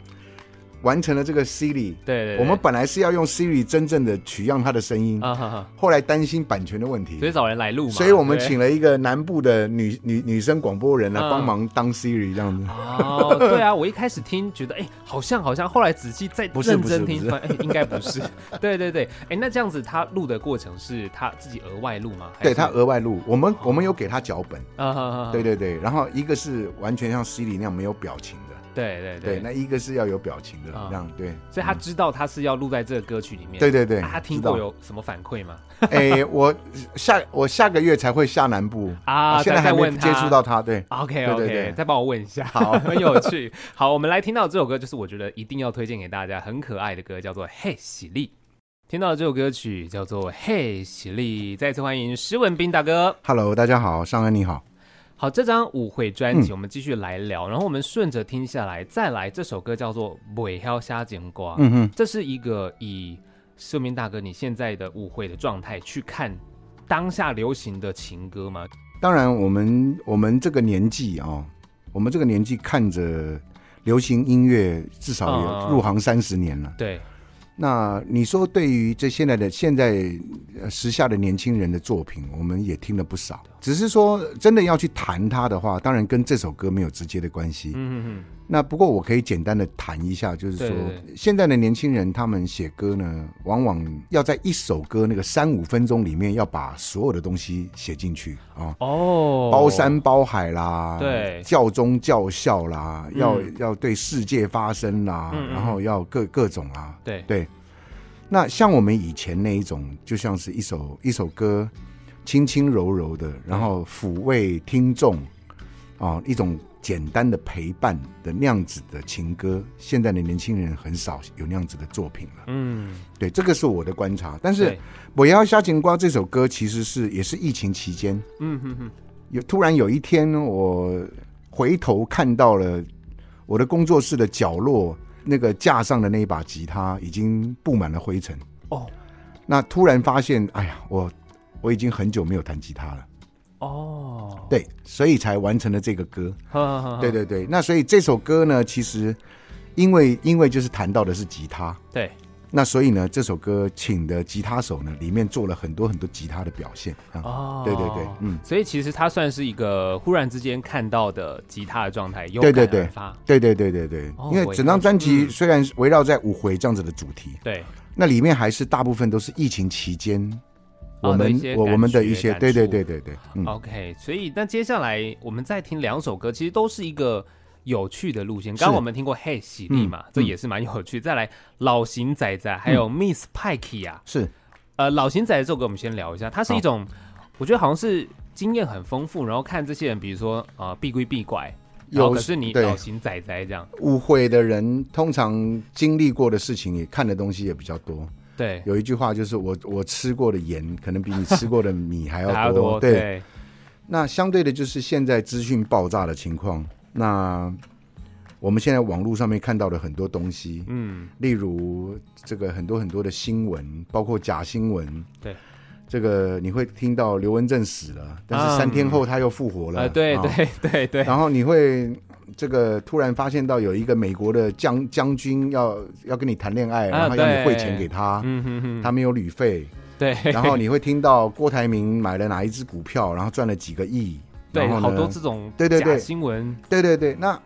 Speaker 2: 完成了这个 Siri，
Speaker 1: 对对对，
Speaker 2: 我们本来是要用 Siri 真正的取样它的声音，
Speaker 1: 啊哈哈，
Speaker 2: 后来担心版权的问题
Speaker 1: 所，以找人来录嘛，
Speaker 2: 所以我们
Speaker 1: 对
Speaker 2: 请了一个南部的女女女生广播人来
Speaker 1: 嗯
Speaker 2: 帮忙当 Siri 这样子。
Speaker 1: 哦，对啊，我一开始听觉得哎、好像好像，后来仔细再
Speaker 2: 不是
Speaker 1: 认
Speaker 2: 不是
Speaker 1: 真
Speaker 2: 不
Speaker 1: 听，
Speaker 2: 是
Speaker 1: 发现哎、应该不是。 对对对，哎、那这样子他录的过程是他自己额外录吗？还
Speaker 2: 对
Speaker 1: 是
Speaker 2: 他额外录，我们我们有给他脚本，
Speaker 1: 啊哈哈哈，
Speaker 2: 对
Speaker 1: 对
Speaker 2: 对对，然后一个是完全像 Siri 那样没有表情的，
Speaker 1: 对对
Speaker 2: 对，那一个是要有表情的，
Speaker 1: 嗯
Speaker 2: 这样对，
Speaker 1: 所以他知道他是要录在这个歌曲里面。
Speaker 2: 对对对
Speaker 1: 啊，他听
Speaker 2: 知道
Speaker 1: 过有 什么反馈吗？
Speaker 2: 哎，我下我下个月才会下南部
Speaker 1: 啊
Speaker 2: 现在
Speaker 1: 再
Speaker 2: 还没
Speaker 1: 问他啊
Speaker 2: 接触到他，对，
Speaker 1: OK
Speaker 2: 对
Speaker 1: OK，
Speaker 2: 对对
Speaker 1: 再帮我问一下，好， 很有趣。好，我们来听到这首歌，就是我觉得一定要推荐给大家很可爱的歌，叫做《嘿喜力》。听到这首歌曲叫做《嘿喜力》，再次欢迎施文斌大哥。
Speaker 2: Hello，大家好，尚恩你好。
Speaker 1: 好，这张舞会专
Speaker 2: 嗯
Speaker 1: 辑我们继续来聊，然后我们顺着听下来，再来这首歌叫做《尾挑虾剪瓜》，
Speaker 2: 嗯哼，
Speaker 1: 这是一个以社民大哥你现在的舞会的状态去看当下流行的情歌吗？
Speaker 2: 当然我们我们这个年纪啊、我们这个年纪看着流行音乐至少
Speaker 1: 嗯嗯
Speaker 2: 也
Speaker 1: 嗯
Speaker 2: 入行三十年了。
Speaker 1: 对，
Speaker 2: 那你说，对于这现在的现在呃时下的年轻人的作品，我们也听了不少。只是说，真的要去谈它的话，当然跟这首歌没有直接的关系。
Speaker 1: 嗯嗯
Speaker 2: 那不过我可以简单的谈一下，就是说，
Speaker 1: 对对
Speaker 2: 现在的年轻人他们写歌呢，往往要在一首歌那个三五分钟里面，要把所有的东西写进去啊。
Speaker 1: 嗯，哦，
Speaker 2: 包山包海啦，
Speaker 1: 对
Speaker 2: 教宗教孝啦，
Speaker 1: 嗯
Speaker 2: 要要对世界发声啦，
Speaker 1: 嗯嗯嗯
Speaker 2: 然后要各各种啊啦，
Speaker 1: 对
Speaker 2: 对，那像我们以前那一种，就像是一首一首歌，轻轻柔柔的，然后抚慰听众啊、一种简单的陪伴的那样子的情歌，现在的年轻人很少有那样子的作品了。
Speaker 1: 嗯，
Speaker 2: 对，这个是我的观察。但
Speaker 1: 对
Speaker 2: 是《我要虾情瓜》这首歌其实是也是疫情期间，
Speaker 1: 嗯哼哼，
Speaker 2: 有突然有一天，我回头看到了我的工作室的角落那个架上的那一把吉他已经布满了灰尘。
Speaker 1: 哦
Speaker 2: 那突然发现，哎呀，我我已经很久没有弹吉他了，
Speaker 1: 哦，啊
Speaker 2: 对，所以才完成了这个歌。
Speaker 1: 呵呵呵
Speaker 2: 对对对，那所以这首歌呢，其实因为因为就是谈到的是吉他，
Speaker 1: 对，
Speaker 2: 那所以呢，这首歌请的吉他手呢，里面做了很多很多吉他的表现啊。
Speaker 1: 哦，
Speaker 2: 对对对，嗯，
Speaker 1: 所以其实它算是一个忽然之间看到的吉他的状态，有
Speaker 2: 对
Speaker 1: 感
Speaker 2: 对对
Speaker 1: 而发，
Speaker 2: 对对对对对
Speaker 1: 哦，
Speaker 2: 因为整张专辑虽然是围绕在五回这样子的主题，
Speaker 1: 对，
Speaker 2: 那里面还是大部分都是疫情期间
Speaker 1: 哦
Speaker 2: 我
Speaker 1: 的一
Speaker 2: 们
Speaker 1: 些
Speaker 2: 我我们的
Speaker 1: 感觉
Speaker 2: 一些
Speaker 1: 感
Speaker 2: 对对
Speaker 1: 触
Speaker 2: 对对对，嗯，
Speaker 1: OK，所以那接下来我们再听两首歌，其实都是一个有趣的路线。刚刚我们听过《嘿喜
Speaker 2: 嗯
Speaker 1: 力》嘛，这也是蛮有趣。再来，老型仔仔还
Speaker 2: 嗯
Speaker 1: 有 Miss Pike 啊，
Speaker 2: 是
Speaker 1: 呃，老型仔这首歌我们先聊一下，它是一
Speaker 2: 好
Speaker 1: 种，我觉得好像是经验很丰富，然后看这些人，比如说呃，避归避拐，然后
Speaker 2: 有
Speaker 1: 可是你
Speaker 2: 对
Speaker 1: 老型仔仔这样，
Speaker 2: 误会的人通常经历过的事情也看的东西也比较多。
Speaker 1: 对，
Speaker 2: 有一句话就是我我吃过的盐可能比你吃过的米 还
Speaker 1: 还要
Speaker 2: 要
Speaker 1: 多
Speaker 2: 多，对，那相对的就是现在资讯爆炸的情况，那我们现在网络上面看到的很多东西，
Speaker 1: 嗯，
Speaker 2: 例如这个很多很多的新闻，包括假新闻，
Speaker 1: 对，
Speaker 2: 这个你会听到刘文正死了，但是三天后他又复活了。
Speaker 1: 啊，对
Speaker 2: 啊
Speaker 1: 对对对，
Speaker 2: 然后你会这个突然发现到有一个美国的将将军要要跟你谈恋爱，
Speaker 1: 啊
Speaker 2: 然后要你汇钱
Speaker 1: 对
Speaker 2: 给他，
Speaker 1: 嗯哼哼，
Speaker 2: 他没有旅费，
Speaker 1: 对，
Speaker 2: 然后你会听到郭台铭买了哪一只股票，然后赚了几个亿，
Speaker 1: 对
Speaker 2: 然后呢
Speaker 1: 好多这种
Speaker 2: 对对对
Speaker 1: 假新闻，
Speaker 2: 对对对，那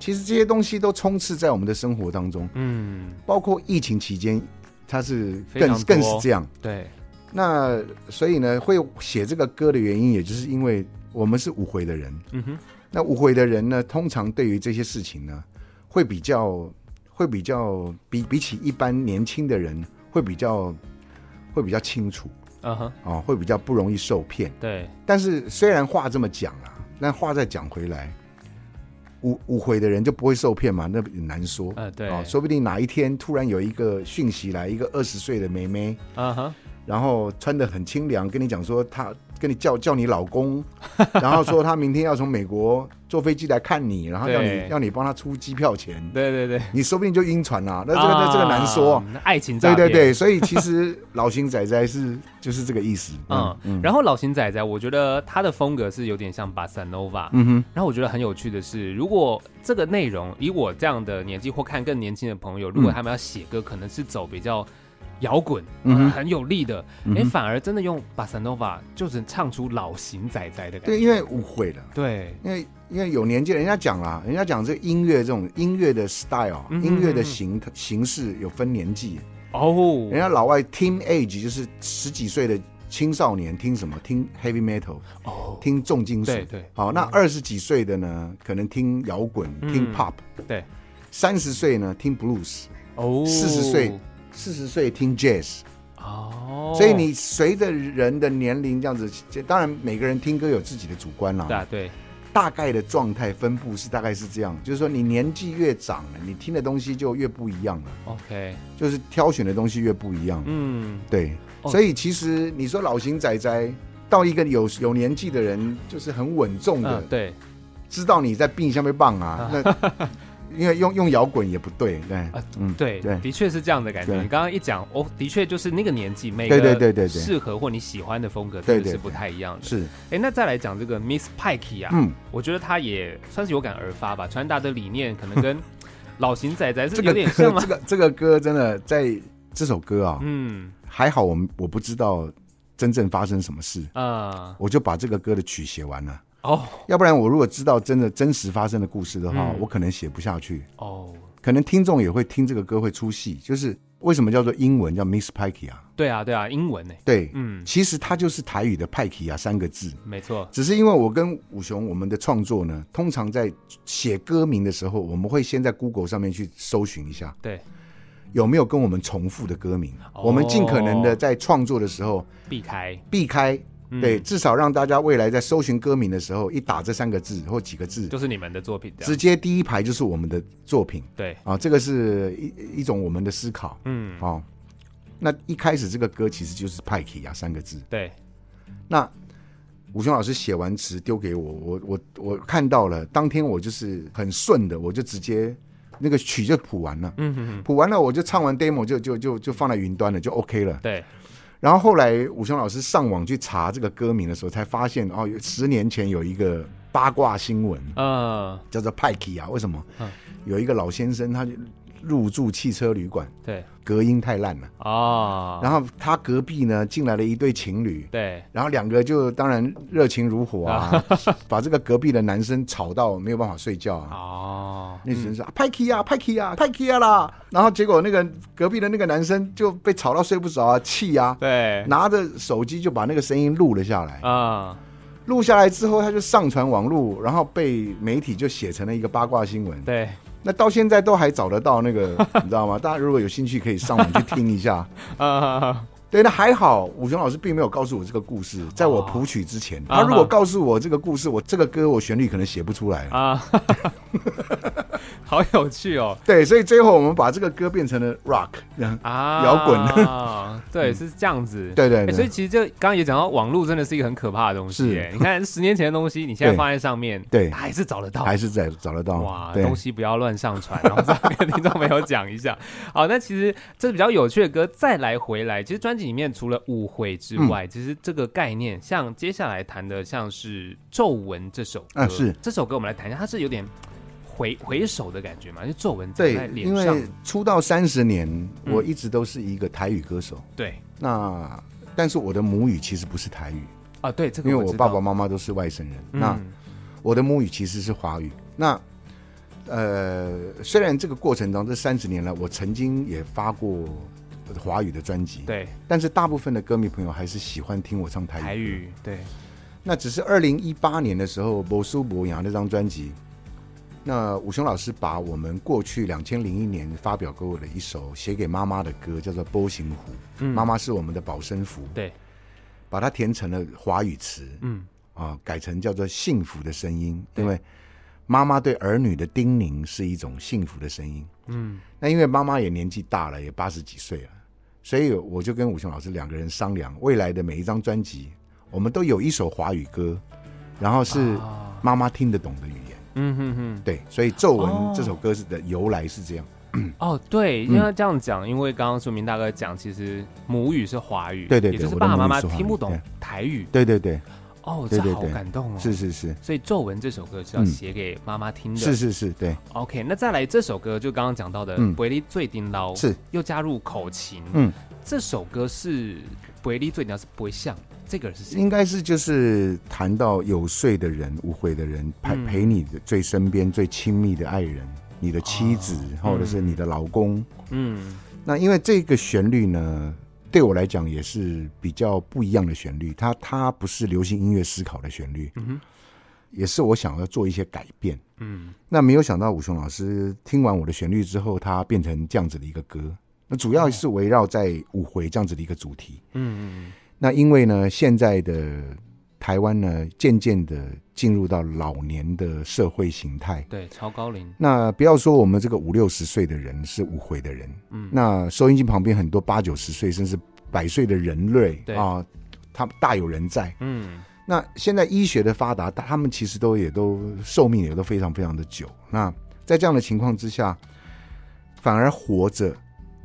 Speaker 2: 其实这些东西都充斥在我们的生活当中，
Speaker 1: 嗯，
Speaker 2: 包括疫情期间，它是
Speaker 1: 非常
Speaker 2: 更
Speaker 1: 多
Speaker 2: 更是这样。
Speaker 1: 对，
Speaker 2: 那所以呢，会写这个歌的原因，也就是因为我们是无悔的人。
Speaker 1: 嗯哼，
Speaker 2: 那无悔的人呢，通常对于这些事情呢，会比较会比较比比起一般年轻的人，会比较会比较清楚
Speaker 1: 嗯哼，
Speaker 2: 啊、会比较不容易受骗。
Speaker 1: 对，
Speaker 2: 但是虽然话这么讲啊，但话再讲回来，无无悔的人就不会受骗嘛，那很难说。
Speaker 1: 呃，对，
Speaker 2: 哦，说不定哪一天突然有一个讯息来，一个二十岁的妹妹，
Speaker 1: 嗯哼，
Speaker 2: 然后穿的很清凉，跟你讲说她跟你叫叫你老公， 然后说她明天要从美国坐飞机来看你，然后要
Speaker 1: 对
Speaker 2: 你要你帮她出机票钱，
Speaker 1: 对对对，
Speaker 2: 你说不定就晕船啦、那这个、那这个难说。
Speaker 1: 啊，爱情诈
Speaker 2: 对对
Speaker 1: 骗，
Speaker 2: 对，所以其实 老型仔仔是就是这个意思。
Speaker 1: 嗯，然后老型仔仔，我觉得他的风格是有点像巴萨诺瓦。
Speaker 2: 嗯哼，
Speaker 1: 然后我觉得很有趣的是，如果这个内容以我这样的年纪或看更年轻的朋友，如果他们要写歌，可能是走比较摇滚、
Speaker 2: 嗯
Speaker 1: 呃
Speaker 2: 哼
Speaker 1: 很有力的，
Speaker 2: 嗯
Speaker 1: 哎，
Speaker 2: 哼
Speaker 1: 反而真的用巴萨诺瓦就是唱出老型仔仔的感
Speaker 2: 对，
Speaker 1: 觉。
Speaker 2: 因为误会了。
Speaker 1: 对，
Speaker 2: 因为因为有年纪，人家讲啦，人家讲这音乐这种音乐的 style，、
Speaker 1: 嗯哼
Speaker 2: 音乐的形形式有分年纪。
Speaker 1: 哦，
Speaker 2: 人家老外 teen age 就是十几岁的青少年听什么？听 heavy metal，
Speaker 1: 哦，
Speaker 2: 听重金属。
Speaker 1: 对对
Speaker 2: 好，那二十几岁的呢，可能听摇滚，
Speaker 1: 嗯
Speaker 2: 听 pop。
Speaker 1: 对，
Speaker 2: 三十岁呢，听 blues。
Speaker 1: 哦，
Speaker 2: 40岁四十岁听 jazz，
Speaker 1: 哦，
Speaker 2: 所以你随着人的年龄这样子，当然每个人听歌有自己的主观啦。
Speaker 1: 对啊对，
Speaker 2: 大概的状态分布是大概是这样，就是说你年纪越长了，你听的东西就越不一样了，
Speaker 1: OK，
Speaker 2: 就是挑选的东西越不一样。
Speaker 1: 嗯，
Speaker 2: 对，
Speaker 1: 哦
Speaker 2: 所以其实你说老型仔仔到一个有有年纪的人，就是很稳重的，
Speaker 1: 嗯，对
Speaker 2: 知道你在病下面棒啊，那 因为用用摇滚也不对，对，
Speaker 1: 啊
Speaker 2: 嗯，
Speaker 1: 对
Speaker 2: 对
Speaker 1: 的确是这样的感觉。
Speaker 2: 对
Speaker 1: 你刚刚一讲，哦，的确就是那个年纪，每个
Speaker 2: 对对对对对
Speaker 1: 适合或你喜欢的风格，
Speaker 2: 对
Speaker 1: 真的是
Speaker 2: 对
Speaker 1: 不太一样的。
Speaker 2: 是，
Speaker 1: 哎，那再来讲这个 Miss Pike 啊，
Speaker 2: 嗯，
Speaker 1: 我觉得她也算是有感而发吧，传达的理念可能跟老型仔仔
Speaker 2: 这
Speaker 1: 是有
Speaker 2: 个
Speaker 1: 点
Speaker 2: 歌
Speaker 1: 像吗
Speaker 2: 这？个这个歌真的在这首歌啊，
Speaker 1: 嗯
Speaker 2: 还好我们我不知道真正发生什么事，
Speaker 1: 啊，
Speaker 2: 我就把这个歌的曲写完了。
Speaker 1: 哦
Speaker 2: 要不然我如果知道真的真实发生的故事的话，
Speaker 1: 嗯
Speaker 2: 我可能写不下去，
Speaker 1: 哦，
Speaker 2: 可能听众也会听这个歌会出戏。就是为什么叫做英文叫 Miss Pikey 啊？
Speaker 1: 对啊对啊，英文呢？
Speaker 2: 对，
Speaker 1: 嗯，
Speaker 2: 其实它就是台语的派 i 啊三个字，
Speaker 1: 没错，
Speaker 2: 只是因为我跟武雄我们的创作呢，通常在写歌名的时候，我们会先在 Google 上面去搜寻一下
Speaker 1: 对，
Speaker 2: 有没有跟我们重复的歌名，
Speaker 1: 哦
Speaker 2: 我们尽可能的在创作的时候
Speaker 1: 避开，
Speaker 2: 避开。
Speaker 1: 嗯
Speaker 2: 对，，至少让大家未来在搜寻歌名的时候，一打这三个字或几个字，
Speaker 1: 就是你们的作品这
Speaker 2: 直
Speaker 1: 样，
Speaker 2: 接第一排就是我们的作品
Speaker 1: 对，
Speaker 2: 啊，这个是一一种我们的思考
Speaker 1: 嗯，
Speaker 2: 啊。那一开始这个歌其实就是派克啊三个字。
Speaker 1: 对，
Speaker 2: 那武雄老师写完词丢给我，我我我看到了，当天我就是很顺的，我就直接那个曲就谱完了，
Speaker 1: 嗯哼哼，
Speaker 2: 谱完了我就唱完 demo 就就就就放在云端了，就 OK 了。
Speaker 1: 对，
Speaker 2: 然后后来武雄老师上网去查这个歌名的时候，才发现哦，有十年前有一个八卦新闻，
Speaker 1: 嗯，
Speaker 2: 叫做派克啊。为什么？
Speaker 1: 嗯
Speaker 2: 有一个老先生，他就入住汽车旅馆，
Speaker 1: 对，
Speaker 2: 隔音太烂了。
Speaker 1: 哦，
Speaker 2: 然后他隔壁呢进来了一对情侣，
Speaker 1: 对，
Speaker 2: 然后两个就当然热情如火啊， 把这个隔壁的男生吵到没有办法睡觉啊。
Speaker 1: 哦，
Speaker 2: 那只能说派克啊，派克啊，派克啊啦！然后结果那个隔壁的那个男生就被吵到睡不着啊，气啊，
Speaker 1: 对，
Speaker 2: 拿着手机就把那个声音录了下来。
Speaker 1: 啊，
Speaker 2: 录下来之后，他就上传网络，然后被媒体就写成了一个八卦新闻。
Speaker 1: 对，
Speaker 2: 那到现在都还找得到那个， 你知道吗？大家如果有兴趣，可以上网去听一下。
Speaker 1: 啊，
Speaker 2: 对，那还好，武雄老师并没有告诉我这个故事，在
Speaker 1: 哦啊
Speaker 2: 我谱曲之前，他如果告诉我这个故事，我这个歌我旋律可能写不出来。
Speaker 1: 啊，好有趣哦
Speaker 2: 对，所以最后我们把这个歌变成了 rock，这样
Speaker 1: 啊！
Speaker 2: 摇
Speaker 1: 滚， 嗯对，是这样子。
Speaker 2: 对对
Speaker 1: 欸
Speaker 2: 对，
Speaker 1: 所以其实这刚刚也讲到，网络真的是一个很可怕的东西
Speaker 2: 是
Speaker 1: 欸。你看十年前的东西，你现在
Speaker 2: 对
Speaker 1: 放在上面，
Speaker 2: 对
Speaker 1: 它还是找得到。
Speaker 2: 还是在找得到。
Speaker 1: 哇，
Speaker 2: 哦对
Speaker 1: 东西不要乱上传，然后再跟听众朋友讲一下。 好，那其实这比较有趣的歌，再来回来，其实专辑里面除了误会之
Speaker 2: 嗯
Speaker 1: 外，其实这个概念，像接下来谈的像是《皱纹》这首歌，
Speaker 2: 啊是
Speaker 1: 这首歌我们来谈一下，它是有点回回首的感觉嘛，就皱纹长在
Speaker 2: 对，
Speaker 1: 脸
Speaker 2: 因
Speaker 1: 上
Speaker 2: 为，出道三十年，
Speaker 1: 嗯
Speaker 2: 我一直都是一个台语歌手。
Speaker 1: 对
Speaker 2: 那但是我的母语其实不是台语，
Speaker 1: 啊，对这个
Speaker 2: 因为我
Speaker 1: 知
Speaker 2: 爸
Speaker 1: 道
Speaker 2: 爸妈妈都是外省人。那
Speaker 1: 嗯
Speaker 2: 我的母语其实是华语。那呃，虽然这个过程当中这三十年来，我曾经也发过华语的专辑，
Speaker 1: 对
Speaker 2: 但是大部分的歌迷朋友还是喜欢听我唱台语。
Speaker 1: 台语对
Speaker 2: 那只是二零一八年的时候，《博苏博洋》那张专辑，那武雄老师把我们过去两千零一年发表给我的一首写给妈妈的歌，叫做《波形湖》，
Speaker 1: 嗯
Speaker 2: 妈妈是我们的保身符，
Speaker 1: 对
Speaker 2: 把它填成了华语词
Speaker 1: 嗯
Speaker 2: 啊，改成叫做“幸福的声音”，
Speaker 1: 对
Speaker 2: 因为妈妈对儿女的叮咛是一种幸福的声音。
Speaker 1: 嗯
Speaker 2: 那因为妈妈也年纪大了，也八十几岁了，所以我就跟武雄老师两个人商量，未来的每一张专辑，我们都有一首华语歌，然后是
Speaker 1: 啊
Speaker 2: 妈妈听得懂的语言。
Speaker 1: 嗯哼哼。
Speaker 2: 对，所以《皱纹
Speaker 1: 哦》
Speaker 2: 这首歌是的由来是这样。
Speaker 1: 哦，
Speaker 2: 嗯
Speaker 1: 对，因为这样讲，因为刚刚苏明大哥讲，其实母语是华语，
Speaker 2: 对对
Speaker 1: 也
Speaker 2: 对
Speaker 1: 就是
Speaker 2: 我的
Speaker 1: 爸爸妈
Speaker 2: 母语
Speaker 1: 妈
Speaker 2: 是华
Speaker 1: 听
Speaker 2: 语
Speaker 1: 不懂
Speaker 2: 对
Speaker 1: 台语。
Speaker 2: 对对对，
Speaker 1: 哦，
Speaker 2: 对
Speaker 1: 这
Speaker 2: 对
Speaker 1: 好
Speaker 2: 对
Speaker 1: 感动哦。
Speaker 2: 是，是是
Speaker 1: 所以《皱纹》这首歌是要
Speaker 2: 嗯
Speaker 1: 写给妈妈听的。
Speaker 2: 是是是，对
Speaker 1: OK，那再来这首歌，就刚刚讲到的
Speaker 2: 嗯
Speaker 1: 《伯利最顶捞》，
Speaker 2: 是
Speaker 1: 又加入口琴。
Speaker 2: 嗯，
Speaker 1: 这首歌是《伯利最顶捞》是不会像这个人是谁？
Speaker 2: 应该是就是谈到有睡的人、无悔的人，陪
Speaker 1: 嗯
Speaker 2: 陪你的最身边、最亲密的爱人，你的妻子
Speaker 1: 哦
Speaker 2: 或者是你的老公。
Speaker 1: 嗯，
Speaker 2: 那因为这个旋律呢，对我来讲也是比较不一样的旋律，它它不是流行音乐思考的旋律，
Speaker 1: 嗯哼
Speaker 2: 也是我想要做一些改变。
Speaker 1: 嗯，
Speaker 2: 那没有想到武雄老师听完我的旋律之后，他变成这样子的一个歌。那主要是围绕在五回这样子的一个主题。
Speaker 1: 嗯嗯
Speaker 2: 那因为呢，现在的台湾呢，渐渐的进入到老年的社会形态
Speaker 1: 嗯，。对，超高龄，
Speaker 2: 那不要说我们这个五六十岁的人是无悔的人，
Speaker 1: 嗯
Speaker 2: 那收音机旁边很多八九十岁甚至百岁的人类
Speaker 1: 对
Speaker 2: 啊，他大有人在。
Speaker 1: 嗯
Speaker 2: 那现在医学的发达，他们其实都也都寿命也都非常非常的久。那在这样的情况之下，反而活着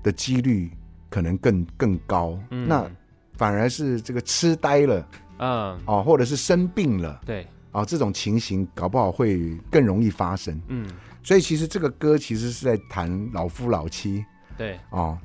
Speaker 2: 的几率可能更更高。
Speaker 1: 嗯，
Speaker 2: 那反而是这个痴呆了
Speaker 1: 嗯，
Speaker 2: 哦，或者是生病了
Speaker 1: 对，
Speaker 2: 啊、哦，这种情形搞不好会更容易发生。
Speaker 1: 嗯
Speaker 2: 所以其实这个歌其实是在谈老夫老妻
Speaker 1: 对，
Speaker 2: 哦。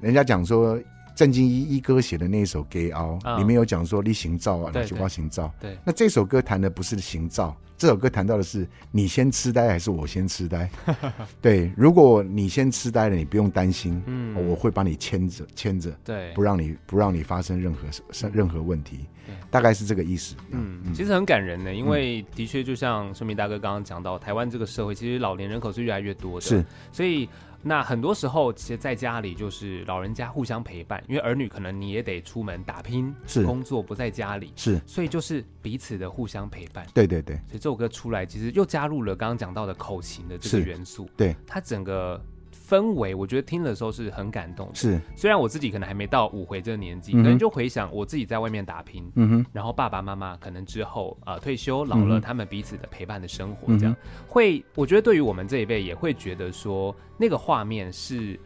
Speaker 2: 人家讲说郑经一一哥写的那首《给敖》
Speaker 1: 嗯
Speaker 2: 里面有讲说立行照啊，
Speaker 1: 对
Speaker 2: 拿去包行照。
Speaker 1: 对
Speaker 2: 那这首歌谈的不是行照，这首歌谈到的是你先痴呆还是我先痴呆？ 对，如果你先痴呆了，你不用担心，
Speaker 1: 嗯
Speaker 2: 哦我会把你牵着牵着，
Speaker 1: 对嗯
Speaker 2: 不，让你不让你发生任何生任何问题
Speaker 1: 对，
Speaker 2: 大概是这个意思。
Speaker 1: 嗯，其实很感人呢，因为的确就像顺明大哥刚刚讲到，台湾这个社会其实老年人口是越来越多的，
Speaker 2: 是，
Speaker 1: 所以那很多时候其实在家里就是老人家互相陪伴，因为儿女可能你也得出门打拼，
Speaker 2: 是
Speaker 1: 工作不在家里，
Speaker 2: 是，
Speaker 1: 所以就是彼此的互相陪伴。
Speaker 2: 对对对
Speaker 1: 所以这首歌出来，其实又加入了刚刚讲到的口琴的这个
Speaker 2: 是
Speaker 1: 元素，
Speaker 2: 对，
Speaker 1: 它整个氛围，我觉得听的时候是很感动的。
Speaker 2: 是，
Speaker 1: 虽然我自己可能还没到五回这个年纪，
Speaker 2: 嗯
Speaker 1: 可
Speaker 2: 哼
Speaker 1: 能就回想我自己在外面打拼，
Speaker 2: 嗯哼，
Speaker 1: 然后爸爸妈妈可能之后呃退休老了，
Speaker 2: 嗯哼
Speaker 1: 他们彼此的陪伴的生活，
Speaker 2: 嗯哼
Speaker 1: 这样、会，我觉得对于我们这一辈也会觉得说那个画面是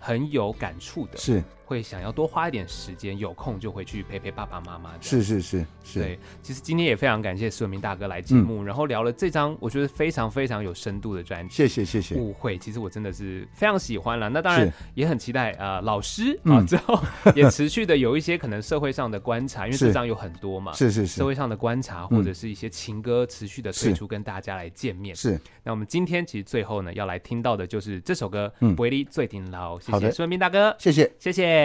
Speaker 1: 很有感触的，
Speaker 2: 是
Speaker 1: 会想要多花一点时间，有空就回去陪陪爸爸妈妈。这样
Speaker 2: 是是是是，嗯
Speaker 1: 对，其实今天也非常感谢孙明大哥来节目，然后聊了这张我觉得非常非常有深度的专辑。
Speaker 2: 谢谢谢谢，
Speaker 1: 误会，其实我真的是非常喜欢了。那当然
Speaker 2: 是
Speaker 1: 也很期待啊、呃老师啊、
Speaker 2: 嗯
Speaker 1: 之后也持续的有一些可能社会上的观察，因为
Speaker 2: 是
Speaker 1: 这张有很多嘛，
Speaker 2: 是是嗯
Speaker 1: 社
Speaker 2: 是
Speaker 1: 会上的观察或者是一些情歌持续的推出，跟大家来见面。
Speaker 2: 是，
Speaker 1: 那我们今天其实最后呢，要来听到的就是这首歌
Speaker 2: 嗯
Speaker 1: 《伯利最顶牢》，谢
Speaker 2: 好
Speaker 1: 谢
Speaker 2: 的
Speaker 1: 孙明大哥，
Speaker 2: 谢谢。
Speaker 1: 谢谢。